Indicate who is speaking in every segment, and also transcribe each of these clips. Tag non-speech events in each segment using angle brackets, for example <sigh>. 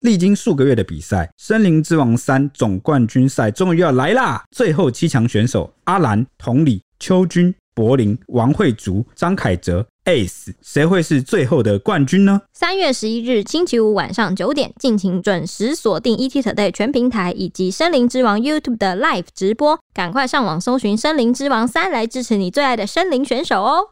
Speaker 1: 历经数个月的比赛，《森林之王三》总冠军赛终于要来啦！最后七强选手阿兰、同理、邱军、柏林、王慧竹、张凯哲、ACE，谁会是最后的冠军呢？
Speaker 2: 三月十一日星期五晚上九点，敬请准时锁定 ET Today 全平台以及《森林之王》YouTube 的 Live 直播，赶快上网搜寻《森林之王三》来支持你最爱的森林选手哦！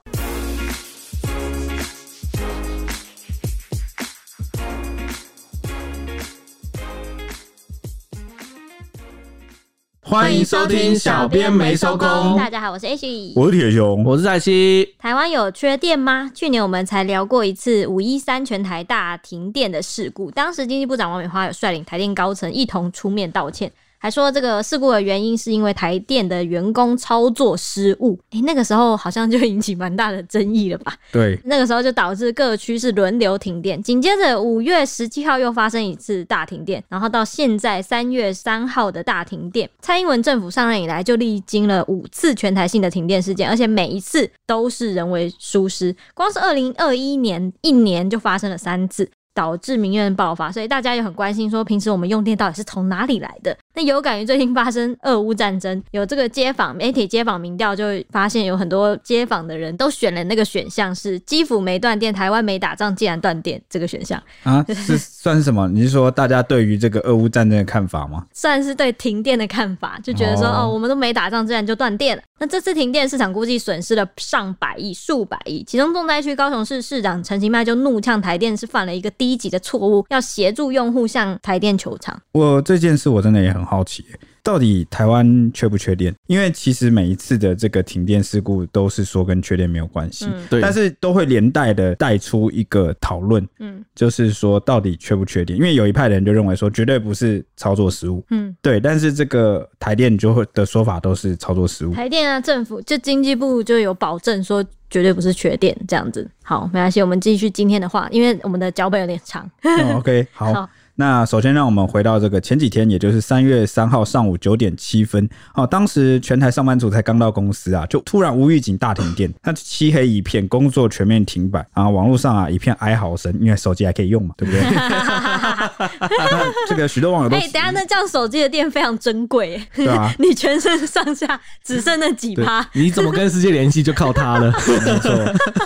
Speaker 1: 欢迎收听小编没收工
Speaker 2: 大家好，我是 H。
Speaker 1: 我是铁熊，
Speaker 3: <laughs> 我是蔡西，
Speaker 2: 台湾有缺电吗？去年我们才聊过一次五一三全台大停电的事故，当时经济部长王美花有率领台电高层一同出面道歉，还说这个事故的原因是因为台电的员工操作失误。诶、那个时候好像就引起蛮大的争议了吧？
Speaker 1: 对，
Speaker 2: 那个时候就导致各区是轮流停电，紧接着五月十七号又发生一次大停电，然后到现在三月三号的大停电，蔡英文政府上任以来就历经了五次全台性的停电事件，而且每一次都是人为疏失，光是二零二一年一年就发生了三次。导致民怨爆发，所以大家也很关心，说平时我们用电到底是从哪里来的？那有感于最近发生俄乌战争，有这个街访媒体街访民调，就发现有很多街访的人都选了那个选项是基辅没断电，台湾没打仗，竟然断电这个选项，
Speaker 1: 啊，是算是什么？你是说大家对于这个俄乌战争的看法吗？
Speaker 2: 算是对停电的看法，就觉得说
Speaker 1: 哦
Speaker 2: 哦我们都没打仗，竟然就断电了。那这次停电，市场估计损失了上百亿、数百亿。其中重灾区高雄市市长陈其迈就怒呛台电是犯了一个低级的错误，要协助用户向台电求偿。
Speaker 1: 我这件事我真的也很好奇，到底台湾缺不缺电？因为其实每一次的这个停电事故都是说跟缺电没有关系，
Speaker 2: 嗯
Speaker 3: 对
Speaker 1: 但是都会连带的带出一个讨论，
Speaker 2: 嗯
Speaker 1: 就是说到底缺不缺电？因为有一派的人就认为说绝对不是操作失误，
Speaker 2: 嗯，
Speaker 1: 对，但是这个台电就会的说法都是操作
Speaker 2: <laughs>
Speaker 1: 失误。
Speaker 2: 台电啊，政府就经济部就有保证说绝对不是缺电这样子。好，没关系，我们继续今天的话，因为我们的脚本有点长。
Speaker 1: 哦 OK，好。
Speaker 2: 好
Speaker 1: 那首先，让我们回到这个前几天，也就是三月三号上午九点七分，哦，当时全台上班族才刚到公司啊，就突然无预警大停电，那漆黑一片，工作全面停摆啊，网络上啊一片哀嚎声，因为手机还可以用嘛，对不 <laughs>
Speaker 2: <laughs>
Speaker 1: 对？那这个许多网友都
Speaker 2: 哎、等一下，那这样手机的电非常珍贵耶， <laughs>
Speaker 1: 对啊
Speaker 2: 你全身上下只剩那几
Speaker 3: 对
Speaker 2: 趴，，
Speaker 3: 你怎么跟世界联系就靠
Speaker 1: <laughs>
Speaker 3: 他了。
Speaker 1: 没错，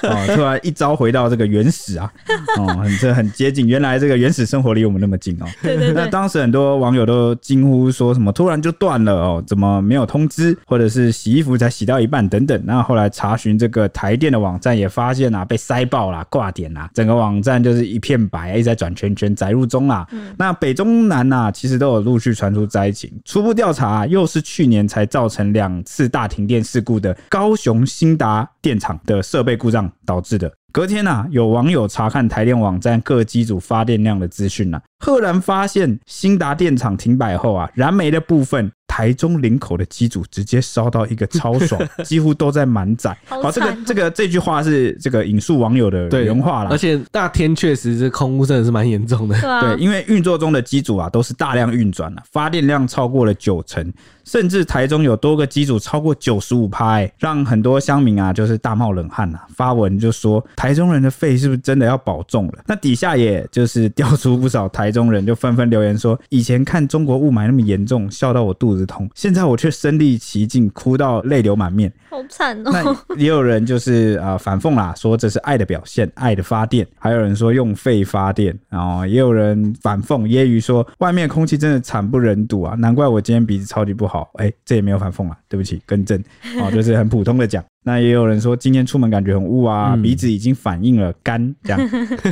Speaker 1: 哦，突然一朝回到这个原始啊，哦，很这很接近，原来这个原始生活离我们那么近哦。
Speaker 2: 对
Speaker 1: <laughs>
Speaker 2: 对
Speaker 1: 那
Speaker 2: 对。
Speaker 1: 当时很多网友都惊呼说什么突然就断了哦，怎么没有通知，或者是洗衣服才洗到一半等等。那后来查询这个台电的网站也发现啊，被塞爆啦、挂点啦，整个网站就是一片白，一直在转圈圈，载入中啦。
Speaker 2: 嗯
Speaker 1: 那北中南呐、其实都有陆续传出灾情。初步调查、啊又是去年才造成两次大停电事故的高雄新达电厂的设备故障导致的。隔天呐、有网友查看台电网站各机组发电量的资讯呐，赫然发现新达电厂停摆后啊，燃煤的部分，台中林口的机组直接烧到一个超
Speaker 2: <laughs>
Speaker 1: 爽，几乎都在满载。
Speaker 2: 好
Speaker 1: 这个
Speaker 2: 惨哦
Speaker 1: 这个这句话是这个引述网友的
Speaker 3: 对，
Speaker 1: 原话啦
Speaker 3: 而。且那天确实是空屋，真的是蛮
Speaker 2: <laughs>
Speaker 3: 严重的。
Speaker 2: 对啊
Speaker 1: 对，，因为运作中的机组啊，都是大量运转了、发电量超过了九成，甚至台中有多个机组超过九十五趴，欸让很多乡民啊就是大冒冷汗呐、发文就说台中人的肺是不是真的要保重了？那底下也就是调出不少台中人，就纷纷留言说，以前看中国雾霾那么严重，笑到我肚子痛，现在我却身历其境，哭到泪流满面。
Speaker 2: 好惨哦、
Speaker 1: 那也有人就是呃反讽啦，说这是爱的表现，爱的发电；还有人说用肺发电，然后也有人反讽揶揄说外面空气真的惨不忍睹啊，难怪我今天鼻子超级不好。哎、这也没有反讽啦，对不起，更正哦，就是很普通的
Speaker 2: <laughs>
Speaker 1: 讲。那也有人说今天出门感觉很雾啊，
Speaker 3: 嗯
Speaker 1: 鼻子已经反映了肝这样，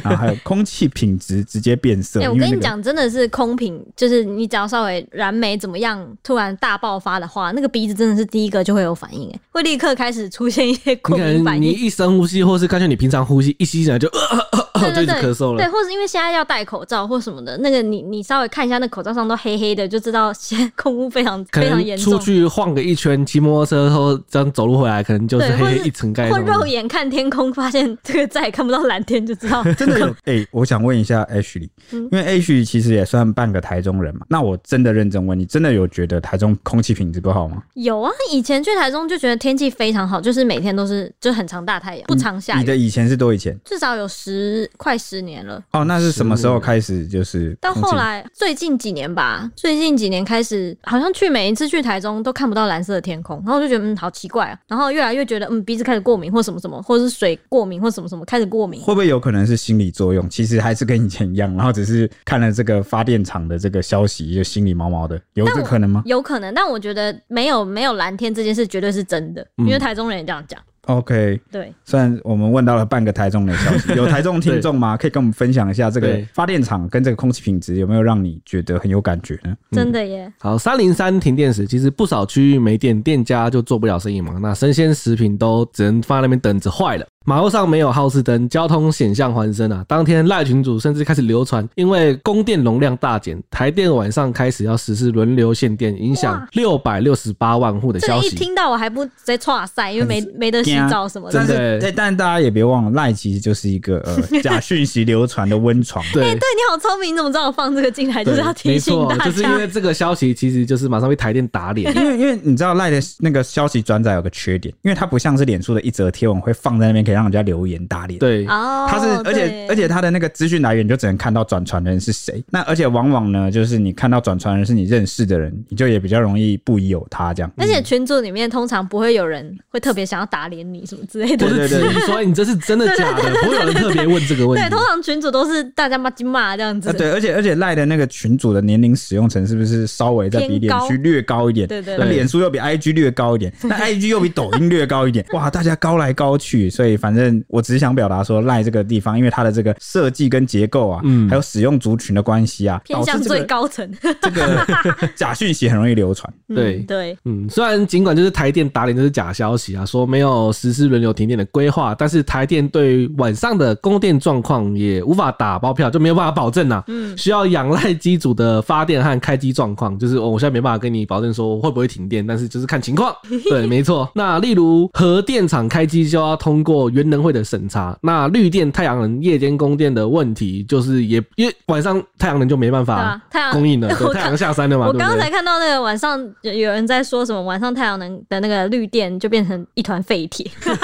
Speaker 1: 然后还有空气品质直接变色。
Speaker 2: 哎、我
Speaker 1: 因为
Speaker 2: 跟你
Speaker 1: 那个
Speaker 2: 讲，真的是空瓶，就是你只要稍微燃煤怎么样，突然大爆发的话，那个鼻子真的是第一个就会有反应，哎，会立刻开始出现一些
Speaker 3: 你
Speaker 2: 过
Speaker 3: 可
Speaker 2: 敏
Speaker 3: 能
Speaker 2: 反
Speaker 3: 你
Speaker 2: 应，
Speaker 3: 一深呼吸，或是干脆你平常呼吸，一吸进
Speaker 2: <laughs>
Speaker 3: 来就呃
Speaker 2: 对
Speaker 3: 呃呃就
Speaker 2: 对
Speaker 3: 一直
Speaker 2: 对，
Speaker 3: 咳嗽
Speaker 2: 对，
Speaker 3: 了。
Speaker 2: 或是因为现在要戴口罩或什么的，那个你你稍微看一下，那口罩上都黑黑的，就知道现在空污非常
Speaker 3: 可
Speaker 2: 非常
Speaker 3: 能
Speaker 2: 严
Speaker 3: 出
Speaker 2: 重。
Speaker 3: 去晃个一圈，骑摩托车后这样走路回来，可能就是
Speaker 2: 对，
Speaker 3: 黑
Speaker 2: 或
Speaker 3: 黑
Speaker 2: 是
Speaker 3: 一层盖。
Speaker 2: 或肉眼看天空，发现这个再也看不到蓝天，就知
Speaker 3: <laughs>
Speaker 2: 道
Speaker 1: 真的
Speaker 2: <laughs>
Speaker 1: 有哎、我想问一下 H 里，
Speaker 2: 嗯
Speaker 1: 因为 H 其实也算半个台中人嘛。那我真的认真问你，真的有觉得台中空气品质不好吗？
Speaker 2: 有啊。以前去台中就觉得
Speaker 3: 嗯
Speaker 2: 天气非常好，就是每天都是就很常大太阳，不常下
Speaker 1: 你
Speaker 2: 雨。
Speaker 1: 的以前是多以前？
Speaker 2: 至少有十十快十年了。
Speaker 1: 哦，那是什么时候开始？就是
Speaker 2: 到
Speaker 1: 空气
Speaker 2: 后来最近几年吧，最近几年开始，好像去每一次去台中都看不到蓝色的天空，然后我就觉得嗯好奇怪啊，然后越来越觉得嗯鼻子开始过敏或什么什么，或者是水过敏或什么什么开始过敏。
Speaker 1: 会不会有可能是心理作用？其实还是跟以前一样，然后只是看了这个发电厂的这个消息，就心里毛毛的，有这可能吗
Speaker 2: 有可能，但我觉得没有没有蓝天这件事绝对是真的，
Speaker 3: 嗯
Speaker 2: 因为台中人也这样讲。
Speaker 1: ？OK，
Speaker 2: 对，
Speaker 1: 虽然我们问到了半个台中的消
Speaker 2: <laughs>
Speaker 1: 息，有台中听众吗？可以跟我们分享一下这个
Speaker 3: 对
Speaker 1: 发电厂跟这个空气品质有没有让你觉得很有感觉呢？
Speaker 3: 嗯
Speaker 2: 真的耶。
Speaker 3: 好，三零三停电时，其实不少区域没电，店家就做不了生意嘛。那生鲜食品都只能放在那边等着坏了。马路上没有号示灯，交通险象环生啊！当天赖群主甚至开始流传，因为供电容量大减，台电晚上开始要实施轮流限电，影响
Speaker 2: 哇
Speaker 3: 六百六十八万户的
Speaker 2: 这
Speaker 3: 消
Speaker 2: 个一
Speaker 3: 息。
Speaker 2: 听到我还不直接唰塞，因为没没得洗澡什么的
Speaker 1: 但。是，
Speaker 3: 啊
Speaker 1: 哎
Speaker 3: 真的
Speaker 1: 但但大家也别忘了，赖其实就是一个
Speaker 2: <laughs>
Speaker 1: 呃假讯息流传的温床。
Speaker 3: 对，
Speaker 2: 对，你好聪明，你怎么知道我放这个进来？就
Speaker 3: 对，
Speaker 2: 是要提醒
Speaker 3: 没
Speaker 2: 大家。
Speaker 3: 错，
Speaker 2: 啊
Speaker 3: 就是因为这个消息，其实就是马上被台电打
Speaker 2: <laughs>
Speaker 3: 脸。
Speaker 1: 因为因为你知道赖的那个消息转载有个缺点，因为它不像是脸书的一则贴文会放在那边可以让人家留言打脸。
Speaker 3: 对，
Speaker 2: 哦，
Speaker 1: 它是，而且
Speaker 2: 对
Speaker 1: 而且它的那个资讯来源，你就只能看到转传人是谁。那而且往往呢，就是你看到转传人是你认识的人，你就也比较容易不疑有他这样。
Speaker 2: 而
Speaker 3: 嗯
Speaker 2: 且群组里面通常不会有人会特别想要打脸你什么之类的
Speaker 3: 不。是质疑说哎你这是
Speaker 2: <laughs>
Speaker 3: 真的假的，不会有人特别问这个问
Speaker 2: 对，
Speaker 3: 题
Speaker 2: 通。常群主都是大家骂鸡骂这样子。
Speaker 1: 啊，对，而且而且赖的那个群组的年龄使用层是不是稍微再比
Speaker 2: 偏
Speaker 1: 脸
Speaker 2: 高
Speaker 1: 书略高一点？
Speaker 2: 对对
Speaker 1: 那
Speaker 2: 对
Speaker 1: 脸书又比 IG 略高一
Speaker 2: <laughs>
Speaker 1: 点，那 IG 又比抖音略高一点，哇，大家高来高去，所以反正我只是想表达说赖这个地方，因为它的这个设计跟结构啊，
Speaker 3: 嗯
Speaker 1: 还有使用族群的关系啊，
Speaker 3: 哦
Speaker 2: 偏向
Speaker 1: 导致这
Speaker 2: 最
Speaker 1: 个
Speaker 2: 高层。 <laughs>
Speaker 1: 这个假讯息很容易流传。
Speaker 2: 嗯
Speaker 3: 对
Speaker 2: 对，
Speaker 3: 嗯，虽然尽管就是台电打脸这是假消息啊，说没有实施轮流停电的规划，但是台电对于晚上的供电状况也无法打包票，就没有办法保证呐、嗯，需要仰赖机组的发电和开机状况，就是、哦我现在没办法跟你保证说会不会停电，但是就是看情
Speaker 2: <laughs>
Speaker 3: 况。对，没错。那例如核电厂开机就要通过原能会的审查，那绿电、太阳能夜间供电的问题，就是也因为晚上太阳能就没办
Speaker 2: 对
Speaker 3: 法
Speaker 2: 啊太阳
Speaker 3: 供应了，
Speaker 2: 我
Speaker 3: 对，
Speaker 2: 刚
Speaker 3: 太阳下山了嘛，
Speaker 2: 我
Speaker 3: 对不
Speaker 2: 刚
Speaker 3: 对
Speaker 2: 才？看到那个晚上有有人在说什么，晚上太阳能的那个绿电就变成一团废铁， <laughs>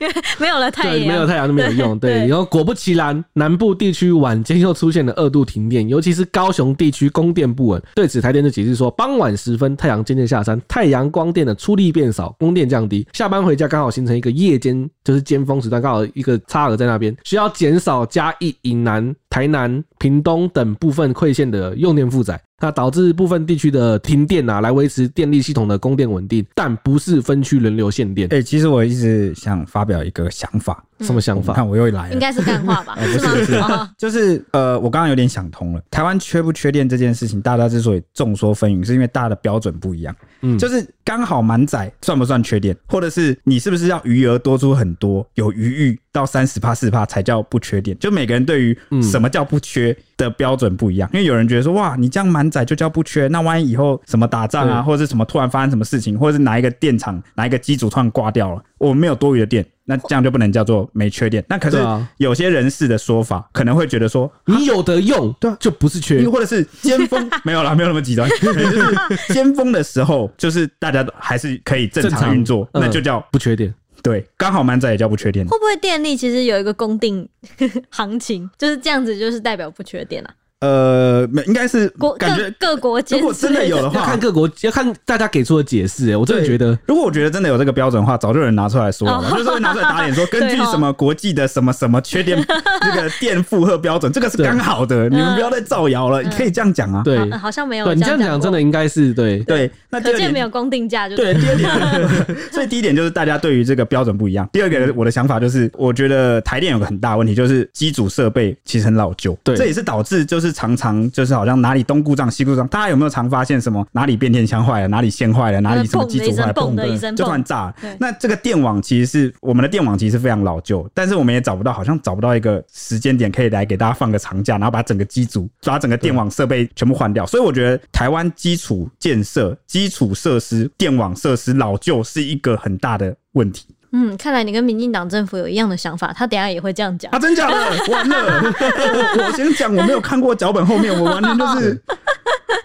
Speaker 2: 因为没有了太
Speaker 3: 对，
Speaker 2: 阳，
Speaker 3: 没有太阳就没有
Speaker 2: <laughs>
Speaker 3: 用。
Speaker 2: 对
Speaker 3: 对，
Speaker 2: 对
Speaker 3: 然后果不其然，南部地区晚间又出现了二度停电，尤其是高雄地区供电不稳。对此，台电就解释说，傍晚时分太阳渐渐下山，太阳光电的出力变少，供电降低。下班回家刚好形成一个夜间就是尖峰时段，刚好一个差额在那边，需要减少嘉义以南、台南、屏东等部分馈县的用电负载。那导致部分地区的停电啊，来维持电力系统的供电稳定，但不是分区轮流限电。
Speaker 1: 哎、其实我一直想发表一个想法，
Speaker 3: 什么想
Speaker 1: 你
Speaker 3: 法？
Speaker 1: 看我又来
Speaker 2: 应
Speaker 1: 了。
Speaker 2: 该是干话
Speaker 3: <laughs> 啊
Speaker 2: 吧？哦是吗？
Speaker 1: 就是呃，我刚刚有点想通了。台湾缺不缺电这件事情，大家之所以众说纷纭，是因为大家的标准不一样。
Speaker 3: 嗯
Speaker 1: 就是刚好满载算不算缺电，或者是你是不是要余额多出很多，有余裕到三十帕四帕才叫不缺电？就每个人对于什么叫不缺的标准不一样，因为有人觉得说哇，你这样满载就叫不缺，那万一以后什么打仗啊，
Speaker 3: 对
Speaker 1: 或者是什么突然发生什么事情，或者是哪一个电厂哪一个机组突然挂掉了，我们没有多余的电。那这样就不能叫做没缺电，那可是
Speaker 3: 对啊
Speaker 1: 有些人士的说法可能会觉得说，
Speaker 3: 你有得用，
Speaker 1: 对啊
Speaker 3: 就不嗯是缺
Speaker 1: 因为。或者是尖峰 <laughs> 没有啦，没有那么极端。就是尖峰的时候，就是大家都还是可以正
Speaker 3: 正常
Speaker 1: 常运作，
Speaker 3: 嗯
Speaker 1: 那就叫
Speaker 3: 不缺电，
Speaker 1: 对，刚好满载也叫不缺电。
Speaker 2: 会不会电力其实有一个公定 <laughs> 行情，就是这样子，就是代表不缺电啊？
Speaker 1: 呃，没应该是
Speaker 2: 国
Speaker 1: 感觉
Speaker 2: 各，各国间
Speaker 1: 如果真的有的
Speaker 3: 要
Speaker 1: 话
Speaker 3: 看，各国，要看大家给出的解释。哎，我真的
Speaker 1: 对
Speaker 3: 觉得，
Speaker 1: 如果我觉得真的有这个标准的话，早就有人拿出来说了，
Speaker 2: 哦
Speaker 1: 就是会拿出来打脸说，根据
Speaker 2: 对哦
Speaker 1: 什么国际的什么什么缺电这个电负荷标准，这个是
Speaker 3: 对
Speaker 1: 刚好的，你们不要再造谣了，你可以这样讲啊。
Speaker 3: 对，
Speaker 2: 啊好像没有
Speaker 3: 对你这样
Speaker 2: 讲
Speaker 3: 讲真的
Speaker 2: 过，
Speaker 3: 应该是对，
Speaker 1: 对，那第
Speaker 2: 可
Speaker 1: 二
Speaker 2: 见
Speaker 1: 点
Speaker 2: 没有公定价就
Speaker 1: 对，第二点， <laughs> 所以第一点就是大家对于这个标准不一样。第二个，我的想法就是，我觉得台电有个很大问题，就是机组设备其实很老旧，
Speaker 3: 对
Speaker 1: 这也是导致就是常常就是好像哪里东故障西故障，大家有没有常发现什么哪里变电箱坏了，哪里线坏了，哪里什么机组坏了，
Speaker 2: 砰
Speaker 1: 砰
Speaker 2: 呃的一声砰的一
Speaker 1: 的
Speaker 2: 声
Speaker 1: 就突然
Speaker 2: 砰
Speaker 1: 炸了
Speaker 2: 对。
Speaker 1: 那这个电网其实是我们的电网其实非常老旧，但是我们也找不到，好像找不到一个时间点可以来给大家放个长假，然后把整个机组、把整个电网设备全部换掉。所以我觉得台湾基础建设、基础设施、电网设施老旧是一个很大的问题。
Speaker 2: <laughs> 嗯，看来你跟民进党政府有一样的想法，他等一下也会这样讲
Speaker 1: 啊，。真
Speaker 2: <laughs> <laughs>
Speaker 1: 假的？完了！我我先讲，我没有看过脚本，后面我完全就是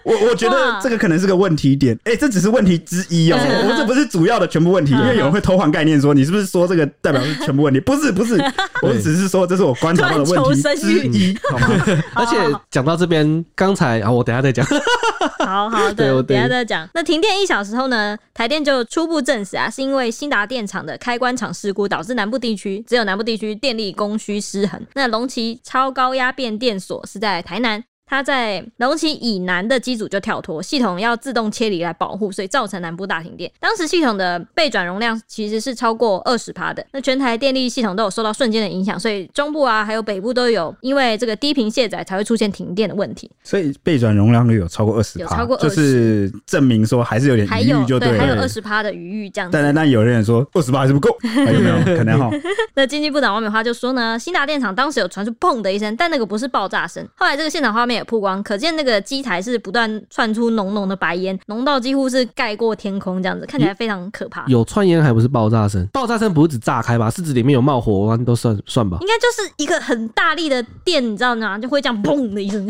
Speaker 1: 我我觉得
Speaker 2: 哇
Speaker 1: 这个可能是个问题点，哎、这只是问题之一哦、
Speaker 2: 嗯
Speaker 1: 我这不是主要的全部问题，因为有人会偷换概念说你是不是说这个代表是全部问
Speaker 2: <laughs>
Speaker 1: 题？不是不是，我只是说这是我观察到的问题之一，好吗？
Speaker 3: <laughs> 而且讲到这边，刚才啊，我等一
Speaker 2: <laughs>
Speaker 3: 下再讲。
Speaker 2: 好好
Speaker 3: 对我
Speaker 2: 的，
Speaker 3: 对
Speaker 2: 等一下再讲。那停电一小时后呢，台电就初步证实啊，是因为新达电厂的开关厂事故导致南部地区只有南部地区电力供需失衡。那龙崎超高压变电所是在台南。它在龙崎以南的机组就跳脱，系统要自动切离来保护，所以造成南部大停电。当时系统的备转容量其实是超过二十趴的，那全台电力系统都有受到瞬间的影响，所以中部啊还有北部都有因为这个低频卸载才会出现停电的问题。
Speaker 1: 所以备转容量率有超过二十
Speaker 2: 有
Speaker 1: 趴
Speaker 2: 超过，20
Speaker 1: 就是证明说还是有点
Speaker 2: 还
Speaker 1: 疑
Speaker 2: 有
Speaker 1: 虑，就
Speaker 2: 还有
Speaker 1: 了
Speaker 2: 二。十趴的余裕这样
Speaker 1: 但
Speaker 2: 子。
Speaker 1: 但但有人说二十八还是不
Speaker 2: <laughs>
Speaker 1: 够，还有没有可能哦哈？
Speaker 2: 那经济部长王美花就说呢，新达电厂当时有传出砰的一声，但那个不是爆炸声。后来这个现场画面也曝光，可见那个机台是不断窜出浓浓的白烟，浓到几乎是盖过天空这样子，看起来非常可怕。
Speaker 3: 有串烟还不是爆炸声？爆炸声不是指炸开吧？是指里面有冒火光都算算吧？
Speaker 2: 应该就是一个很大力的电，你知道吗？就会这样砰的一声。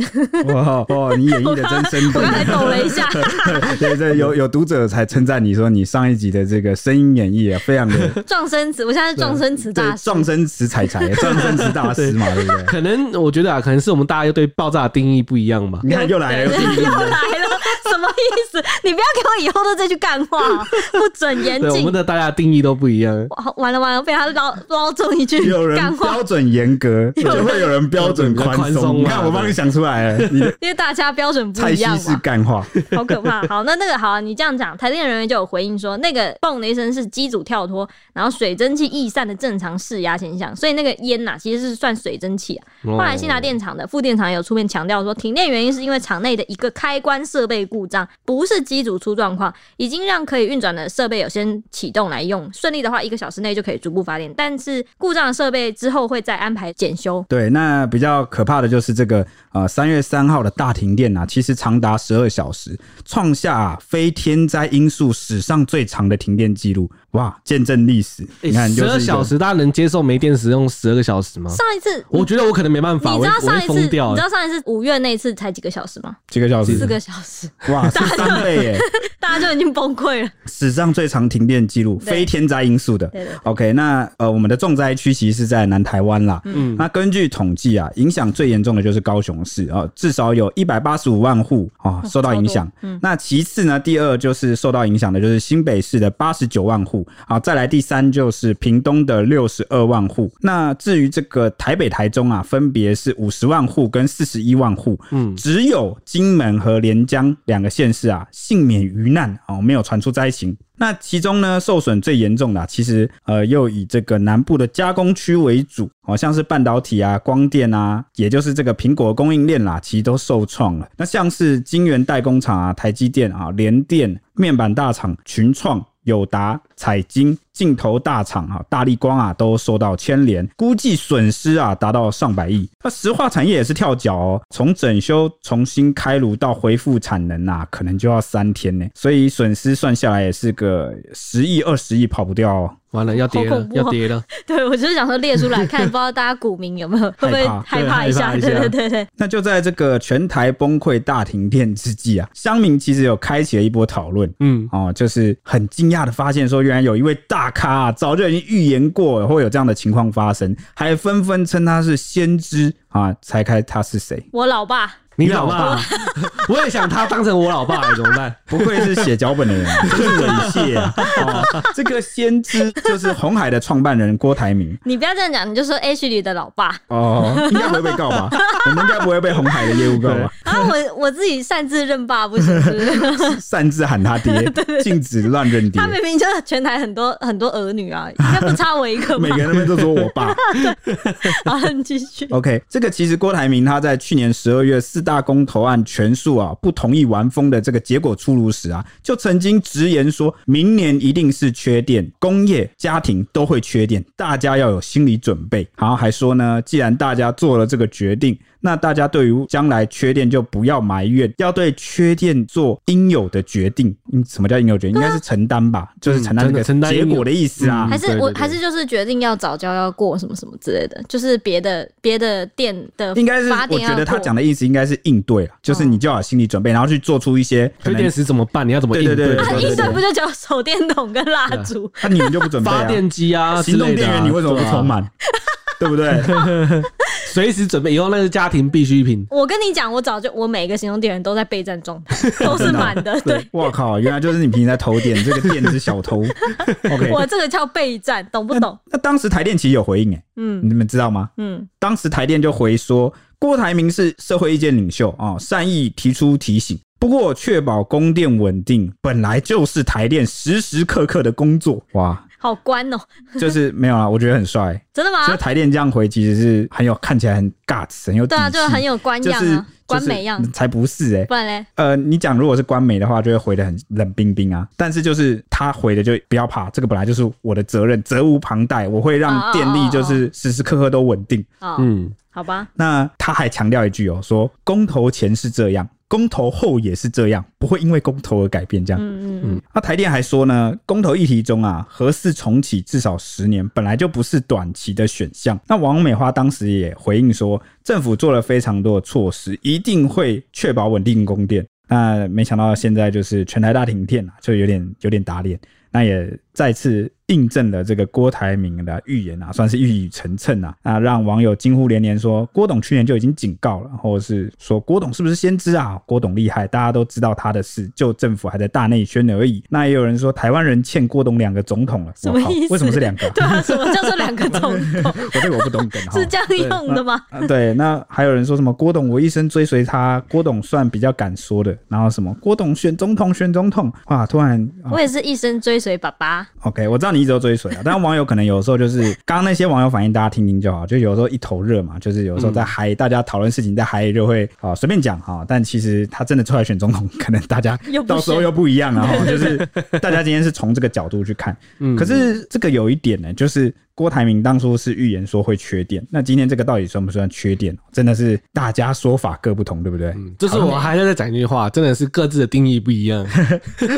Speaker 1: 哇哇，你演绎的真生
Speaker 2: 我
Speaker 1: 动
Speaker 2: 刚。才抖了一下，
Speaker 1: <laughs> 对对，
Speaker 3: 嗯
Speaker 1: 有有读者才称赞你说你上一集的这个声音演绎啊，非常
Speaker 3: <laughs>
Speaker 1: 的
Speaker 2: <laughs> 撞声词，我现在是撞声词
Speaker 1: 对
Speaker 2: 大 <laughs> 师。
Speaker 1: 撞声词采采，撞声词大师嘛，对不对？
Speaker 3: 可能我觉得啊，可能是我们大家对爆炸的定义不一样吧。
Speaker 1: 你看又来了，又定义
Speaker 2: 又
Speaker 1: 了
Speaker 2: 来了，什么意思？你不要给我以后都这句干话哦，不准严
Speaker 3: 对，我
Speaker 2: 禁
Speaker 3: 们的大家的定义都不一样。
Speaker 2: 哇完了完了，被他捞捞中一句
Speaker 1: 有人
Speaker 2: 干话
Speaker 1: 标，准严格，就会有人标准宽
Speaker 3: 宽松啊
Speaker 1: 松。
Speaker 3: 嘛
Speaker 1: 你看，我帮你想出来了，你的
Speaker 2: 因为大家标准 <laughs> 不
Speaker 1: 菜
Speaker 2: 一
Speaker 1: 系
Speaker 2: 样啊
Speaker 1: 是
Speaker 2: 嘛，
Speaker 1: 干话，
Speaker 2: 好可怕。好，那那个好、啊，你这样讲，台电人员就有回应说，那个嘣的一声是机组跳脱，然后水蒸气逸散的正常释压现象，所以那个烟呐、其实是算水蒸气啊。
Speaker 3: 后
Speaker 2: 后来新达电厂的副电厂也有出面强调说，停电原因是因为厂内的一个开关设备故障，不是机组出状况，已经让可以运转的设备有先启动来用，顺利的话一个小时内就可以逐步发电，但是故障的设备之后会再安排检修。
Speaker 1: 对，那比较可怕的就是这个呃三月三号的大停电啊，其实长达十二小时，创下、非天灾因素史上最长的停电记录。哇，见证历史！你看，
Speaker 3: 哎十
Speaker 1: 就
Speaker 3: 二
Speaker 1: 是一
Speaker 3: 小
Speaker 1: 个
Speaker 3: 时，大家能接受没电使用十二个小时吗？
Speaker 2: 上一次
Speaker 3: 我觉得我可能没办法，
Speaker 2: 你
Speaker 3: 我
Speaker 2: 知
Speaker 3: 会
Speaker 2: 道
Speaker 3: 我
Speaker 2: 上
Speaker 3: 会
Speaker 2: 一次，
Speaker 3: 疯掉
Speaker 2: 你知
Speaker 3: 欸。
Speaker 2: 道上一次五月那一次才几个小时吗？
Speaker 1: 几个小时，
Speaker 2: 四个小时， <laughs>
Speaker 1: 哇，是三倍耶！
Speaker 2: 大家就已经崩溃了。
Speaker 1: 史上最长停电记录，
Speaker 2: 对
Speaker 1: 非天灾因素的。
Speaker 2: 对对对
Speaker 1: OK，那呃，我们的重灾区其实是在南台湾啦。嗯，那根据统计啊，影响最严重的就是高雄市啊、哦至少有一百八十五万户
Speaker 2: 哦
Speaker 1: 啊、受到影响。嗯，那其次呢，第二就是受到影响的就是新北市的八十九万户啊、再来第三就是屏东的六十二万户。那至于这个台北、台中啊，分别是五十万户跟四十一万户。嗯，只有金门和连江两个县市啊，幸免于难哦，没有传出灾情。那其中呢，受损最严重的、啊，其实呃，又以这个南部的加工区为主，好、像是半导体啊、光电啊，也就是这个苹果供应链啦、啊其实都受创了。那像是晶圆代工厂啊、台积电啊、联电、面板大厂、群创。友达、彩晶、镜头大厂啊、大力光啊，都受到牵连，估计损失啊达到上百亿。那石化产业也是跳脚哦，从整修、重新开炉到恢复产能啊，可能就要三天呢，所以损失算下来也是个十亿、二十亿跑不掉、哦。
Speaker 3: 完了，要跌
Speaker 2: 好
Speaker 3: 了
Speaker 2: 恐，怖哦
Speaker 3: 要跌了。
Speaker 2: 对，我就是想说列出来
Speaker 3: <laughs>
Speaker 2: 看，不知道大家股民有没有会不会害
Speaker 3: 害怕
Speaker 2: 怕一下？
Speaker 3: 对
Speaker 2: 对
Speaker 3: 害
Speaker 2: 对
Speaker 3: 怕一
Speaker 2: 对
Speaker 3: 下
Speaker 2: 对，
Speaker 1: 那就在这个全台崩溃大停电之际啊，乡民其实有开启了一波讨论。
Speaker 3: 嗯，
Speaker 1: 哦，就是很惊讶的发现，说原来有一位大咖、啊、早就已经预言过会有这样的情况发生，还纷纷称他是先知啊！猜猜他是谁？
Speaker 2: 我老爸
Speaker 3: 你老爸， <laughs> 我也想他当成我老爸，哎怎么办？
Speaker 1: 不愧是写脚本的人，真是猥亵啊！哦，这个先知就是红海的创办人郭台铭
Speaker 2: 你不要这样讲，你就说 H 里的老爸。
Speaker 1: 哦，应该不会被告吧？我们应该不会被红海的业务告吧？
Speaker 2: 然后我我自己擅自认爸不行，是不
Speaker 3: <laughs>
Speaker 2: 是？
Speaker 1: 擅自喊他爹，禁止乱认爹
Speaker 2: 他，明明就是全台很多很多儿女啊，应该不差我一个吧
Speaker 1: 每？个人那边都说我爸。
Speaker 2: 好，你继
Speaker 3: <laughs>
Speaker 2: 续。
Speaker 3: 嗯
Speaker 1: OK，这个其实郭台铭他在去年十二月四大公投案全数啊不同意完封的这个结果出炉时啊，就曾经直言说明年一定是缺电，工业、家庭都会缺电，大家要有心理准备。然后还说呢，既然大家做了这个决定。那大家对于将来缺电就不要埋怨，要对缺电做应有的决定。嗯，什么叫应有决定？应该是承担吧，就是承担这
Speaker 3: 嗯真的
Speaker 1: 个
Speaker 3: 承担
Speaker 1: 结
Speaker 3: 应有
Speaker 1: 果的意思啊。
Speaker 2: 还
Speaker 3: 对
Speaker 2: 是
Speaker 3: 对
Speaker 2: 我
Speaker 3: 对
Speaker 2: 还是就是决定要早教要过什么什么之类的，就是别的别的店的
Speaker 1: 应该是
Speaker 2: 法
Speaker 1: 我
Speaker 2: 典要
Speaker 1: 觉得他
Speaker 2: 过嗯
Speaker 1: 讲的意思应该始应对了，就是你就要有心理准备，然后去做出一些可
Speaker 3: 缺
Speaker 1: 能
Speaker 3: 电。池怎么办？你要怎么应
Speaker 1: 对对对
Speaker 2: 啊，
Speaker 1: 对
Speaker 2: 应
Speaker 1: 对
Speaker 2: 对不就只有手电筒跟蜡烛？
Speaker 1: 那、你们就不准备、啊、
Speaker 3: 发电机啊之
Speaker 1: 行动
Speaker 3: 类的啊，啊
Speaker 1: 电源你为什么不充满？对不对？
Speaker 3: 随时准备，以后那是家庭必需品。
Speaker 2: 我跟你讲，我早就我每个行动电源都在备战状态，
Speaker 1: <laughs>
Speaker 2: 都是满的。对，
Speaker 1: 我靠，原来就是你平时在偷电，这个电是小偷。OK，
Speaker 2: 我这个叫备战，懂不懂？
Speaker 1: 那当时台电其实有回应哎、
Speaker 2: 嗯
Speaker 1: 你们知道吗？
Speaker 2: 嗯，
Speaker 1: 当时台电就回说，郭台铭是社会意见领袖啊、哦善意提出提醒。不过，确保供电稳定本来就是台电时时刻刻的工作。哇，
Speaker 2: 好关哦，
Speaker 1: 就是没有啊，我觉得很帅、
Speaker 2: 真的
Speaker 1: 所以
Speaker 2: 吗？
Speaker 1: 台电这样回其实是很有看起来很 guts，很有
Speaker 2: 对啊，
Speaker 1: 底
Speaker 2: 就
Speaker 1: 气
Speaker 2: 很有官
Speaker 1: 就
Speaker 2: 样
Speaker 1: 是
Speaker 2: 啊，官
Speaker 1: 就是
Speaker 2: 美样，
Speaker 1: 才不是哎、
Speaker 2: 不然嘞，
Speaker 1: 呃，你讲如果是官媒的话，就会回的很冷冰冰啊。但是就是他回的就不要怕，这个本来就是我的责任，责无旁贷，我会
Speaker 2: 啊
Speaker 1: 让电力就是时时刻刻都稳定。
Speaker 2: 哦，
Speaker 3: 嗯，
Speaker 2: 好吧，
Speaker 1: 那他还强调一句哦，说公投前是这样，公投后也是这样，不会因为公投而改变这样。
Speaker 2: 嗯嗯嗯，
Speaker 1: 那台电还说呢，公投议题中啊，核四重启至少十年，本来就不是短期的选项。那王美花当时也回应说，政府做了非常多的措施，一定会确保稳定供电。那没想到现在就是全台大停电啊，就有点有点打脸。那也再次印证了这个郭台铭的预言啊，算是一语成谶啊，那让网友惊呼连连说，郭董去年就已经警告了，或者是说郭董是不是先知啊？郭董厉害，大家都知道他的事，就政府还在大内宣而已。那也有人说台湾人欠郭董两个总统了，
Speaker 2: 什么
Speaker 1: 我靠
Speaker 2: 意思
Speaker 1: 为什么是两个啊？
Speaker 2: 对啊，什么叫做
Speaker 1: <laughs>
Speaker 2: 两个总统？
Speaker 1: 我这个我不懂
Speaker 2: <laughs>
Speaker 1: 梗哈。
Speaker 2: 是这样用的吗？
Speaker 1: 啊，对，那还有人说什么郭董，我一生追随他，郭董算比较敢说的。然后什么郭董选总统，选总统，哇，突然、啊
Speaker 2: 我也是一生追随爸爸，
Speaker 1: OK，我知道你一直都追随啊，但网友可能有时候
Speaker 2: <laughs>
Speaker 1: 就是刚刚那些网友反应，大家听听就好，就有时候一头热嘛，就是有时
Speaker 2: 嗯
Speaker 1: 候在嗨，大家讨论事情在嗨就会啊随便讲哈，但其实他真的出来选总统，可能大家
Speaker 2: 又不
Speaker 1: 到时候
Speaker 2: 选
Speaker 1: <laughs> 又不一样了
Speaker 2: <laughs>
Speaker 1: 哈，就是大家今天是从这个角度去看，
Speaker 3: 嗯
Speaker 1: 可是这个有一点呢，就是郭台铭当初是预言说会缺电，那今天这个到底算不算缺电？真的是大家说法各不同，对不对？
Speaker 3: 嗯就是我还在再讲一句话，真的是各自的定义不
Speaker 1: <laughs>
Speaker 3: 一样。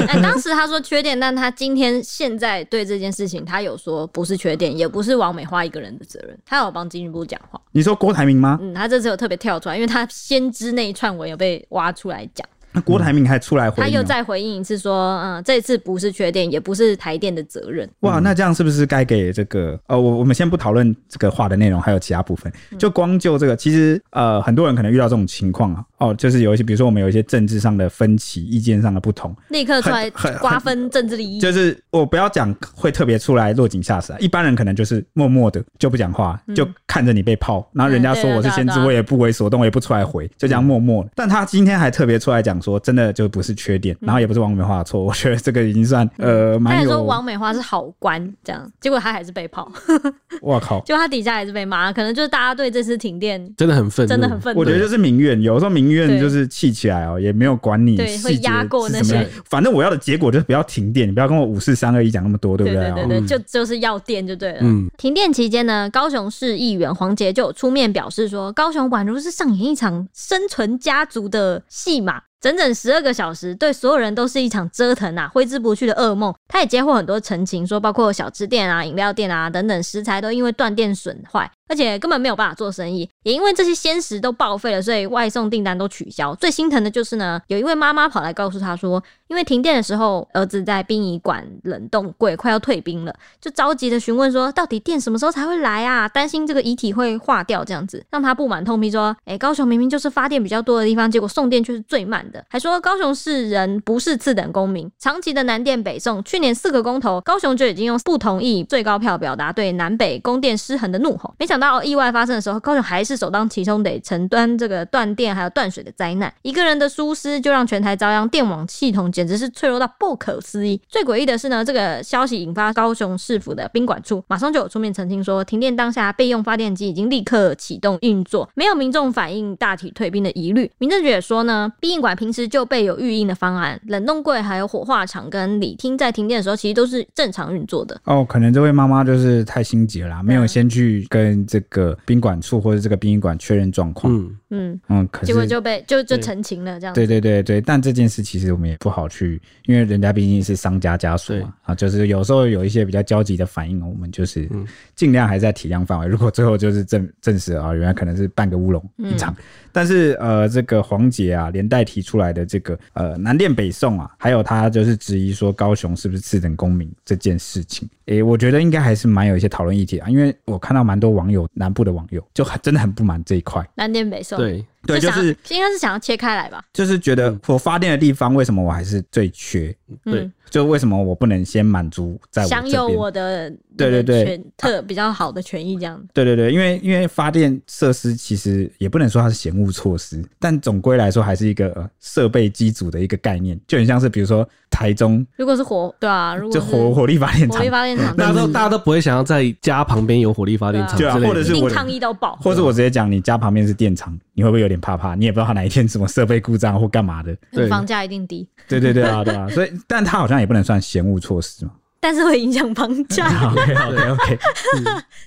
Speaker 2: 哎，当时他说缺点，但他今天现在对这件事情，他有说不是缺点，也不是王美花一个人的责任，他有帮经济部讲话，
Speaker 1: 你说郭台铭吗？
Speaker 2: 嗯，他这次有特别跳出来，因为他先知那一串文有被挖出来讲，
Speaker 1: 那郭台铭还出来回
Speaker 2: 他
Speaker 1: 应
Speaker 2: 又
Speaker 1: 哦、
Speaker 2: 再回应一次说，嗯，这次不是缺点，也不是台电的责任，
Speaker 1: 哇，那这样是不是该给这个？呃，我我们先不讨论这个话的内容，还有其他部分，
Speaker 2: 嗯
Speaker 1: 就光就这个，其实呃，很多人可能遇到这种情况啊，哦，就是有一些，比如说我们有一些政治上的分歧、意见上的不同，
Speaker 2: 立刻出来
Speaker 1: 很很很
Speaker 2: 瓜分政治利益，
Speaker 1: 就是我不要讲会特别出来落井下石啊，一般人可能就是默默的就不讲话，就看着你被泡，然后人家说我是先
Speaker 2: 嗯嗯对啊对嗯
Speaker 1: 知，
Speaker 2: 啊
Speaker 1: 我也不为所动，我也不出来回，就这样默默的。但他今天还特别出来讲说，真的就不是缺点，然后也不是王美花的错，我觉得这个已经算呃
Speaker 2: 嗯他
Speaker 1: 蛮
Speaker 2: 也说
Speaker 1: 有，
Speaker 2: 王美花是好官这样，结果他还是被泡， <laughs>
Speaker 1: 我靠。
Speaker 2: 结果他底下还是被骂，可能就是大家对这次停电
Speaker 3: 真的很愤怒，
Speaker 2: 真的很愤
Speaker 1: 我
Speaker 2: 怒
Speaker 1: 觉。得就是民怨，有时候民怨
Speaker 2: 对
Speaker 1: 就是气起来哦，也没有管你
Speaker 2: 对
Speaker 1: 细
Speaker 2: 会
Speaker 1: 节
Speaker 2: 压过
Speaker 1: 是
Speaker 2: 那
Speaker 1: 什么样
Speaker 2: 些，
Speaker 1: 反正我要的结果就是不要停电，你不要跟我五四三二一讲那么多，对不
Speaker 2: 对
Speaker 1: 对
Speaker 2: 对
Speaker 1: 哦？
Speaker 2: 对，就就是要电就对了。
Speaker 3: 嗯
Speaker 2: 停电期间呢，高雄市议员黄杰就有出面表示说，高雄宛如是上演一场生存家族的戏码。整整十二个小时，对所有人都是一场折腾啊，挥之不去的噩梦。他也接获很多陈情，说包括小吃店啊、饮料店啊等等食材都因为断电损坏，而且根本没有办法做生意。也因为这些鲜食都报废了，所以外送订单都取消。最心疼的就是呢，有一位妈妈跑来告诉他说，因为停电的时候，儿子在殡仪馆冷冻柜快要退冰了，就着急的询问说，到底电什么时候才会来啊？担心这个遗体会化掉，这样子让他不满痛批说，哎、高雄明明就是发电比较多的地方，结果送电却是最慢的，还说高雄市人不是次等公民，长期的南电北送，去年四个公投，高雄就已经用不同意最高票表达对南北供电失衡的怒吼，没想到意外发生的时候，高雄还是首当其冲得承担这个断电还有断水的灾难，一个人的疏失就让全台遭殃，电网系统简直是脆弱到不可思议。最诡异的是呢，这个消息引发高雄市府的宾管处马上就有出面澄清说，停电当下备用发电机已经立刻启动运作，没有民众反映大体退冰的疑虑。民政局也说呢，殡仪馆平时就备有预应的方案，冷冻柜还有火化场跟礼厅在停电的时候其实都是正常运作的。
Speaker 1: 哦，可能这位妈妈就是太心急了啦，
Speaker 2: 嗯
Speaker 1: 没有先去跟这个宾馆处或者这个殡仪馆确认状况。
Speaker 3: 嗯，
Speaker 2: 嗯，
Speaker 1: 嗯，可是
Speaker 2: 结果就被就就
Speaker 3: 对
Speaker 2: 澄清了这样。
Speaker 1: 对对对对，但这件事其实我们也不好去，因为人家毕竟是商家家属
Speaker 3: 对
Speaker 1: 嘛，啊，就是有时候有一些比较焦急的反应，我们就是尽量还在体谅范围。如果最后就是证证实啊，原来可能是半个乌龙一场，但是呃，这个黄杰啊，连带提出来的这个呃南电北宋啊，还有他就是质疑说高雄是不是次等公民这件事情，诶、我觉得应该还是蛮有一些讨论议题啊，因为我看到蛮多网友南部的网友就很真的很不满这一块，
Speaker 2: 南电北宋，，
Speaker 3: 对，
Speaker 1: 对，就
Speaker 2: 想
Speaker 1: 是
Speaker 2: 应该是想要切开来吧，
Speaker 1: 就是觉得我发电的地方为什么我还是最缺？
Speaker 3: 对
Speaker 2: 嗯，
Speaker 1: 就为什么我不能先满足在我
Speaker 2: 享
Speaker 1: 这
Speaker 2: 有
Speaker 1: 边？
Speaker 2: 我的
Speaker 1: 对对对
Speaker 2: 权特比较好的权益这样。
Speaker 1: 对对对，因为因为发电设施其实也不能说它是嫌恶措施，但总归来说还是一个呃设备机组的一个概念，就很像是比如说台中
Speaker 2: 如果是火，对啊，如果
Speaker 1: 就是火火力发电
Speaker 2: 火
Speaker 1: 厂
Speaker 2: 力，发电
Speaker 1: <laughs>
Speaker 2: 厂，
Speaker 3: 大家都
Speaker 2: 嗯
Speaker 3: 大家都不会想要在家旁边有火力发电厂之
Speaker 1: 对啊
Speaker 3: 类的，
Speaker 1: 或者是
Speaker 2: 一
Speaker 1: 我
Speaker 2: 定
Speaker 1: 的
Speaker 2: 抗议到爆。
Speaker 1: 或者我直接讲你家旁边是电厂，你会不会有点怕怕？你也不知道它哪一天什么设备故障或干嘛的。
Speaker 3: 对
Speaker 2: 房价一定低，
Speaker 1: 对对对啊对啊， <laughs> 所以但它好像也不能算嫌恶措施 <laughs> 嘛。
Speaker 2: 但是会影响
Speaker 1: <laughs>
Speaker 2: 房价。
Speaker 1: OK OK OK，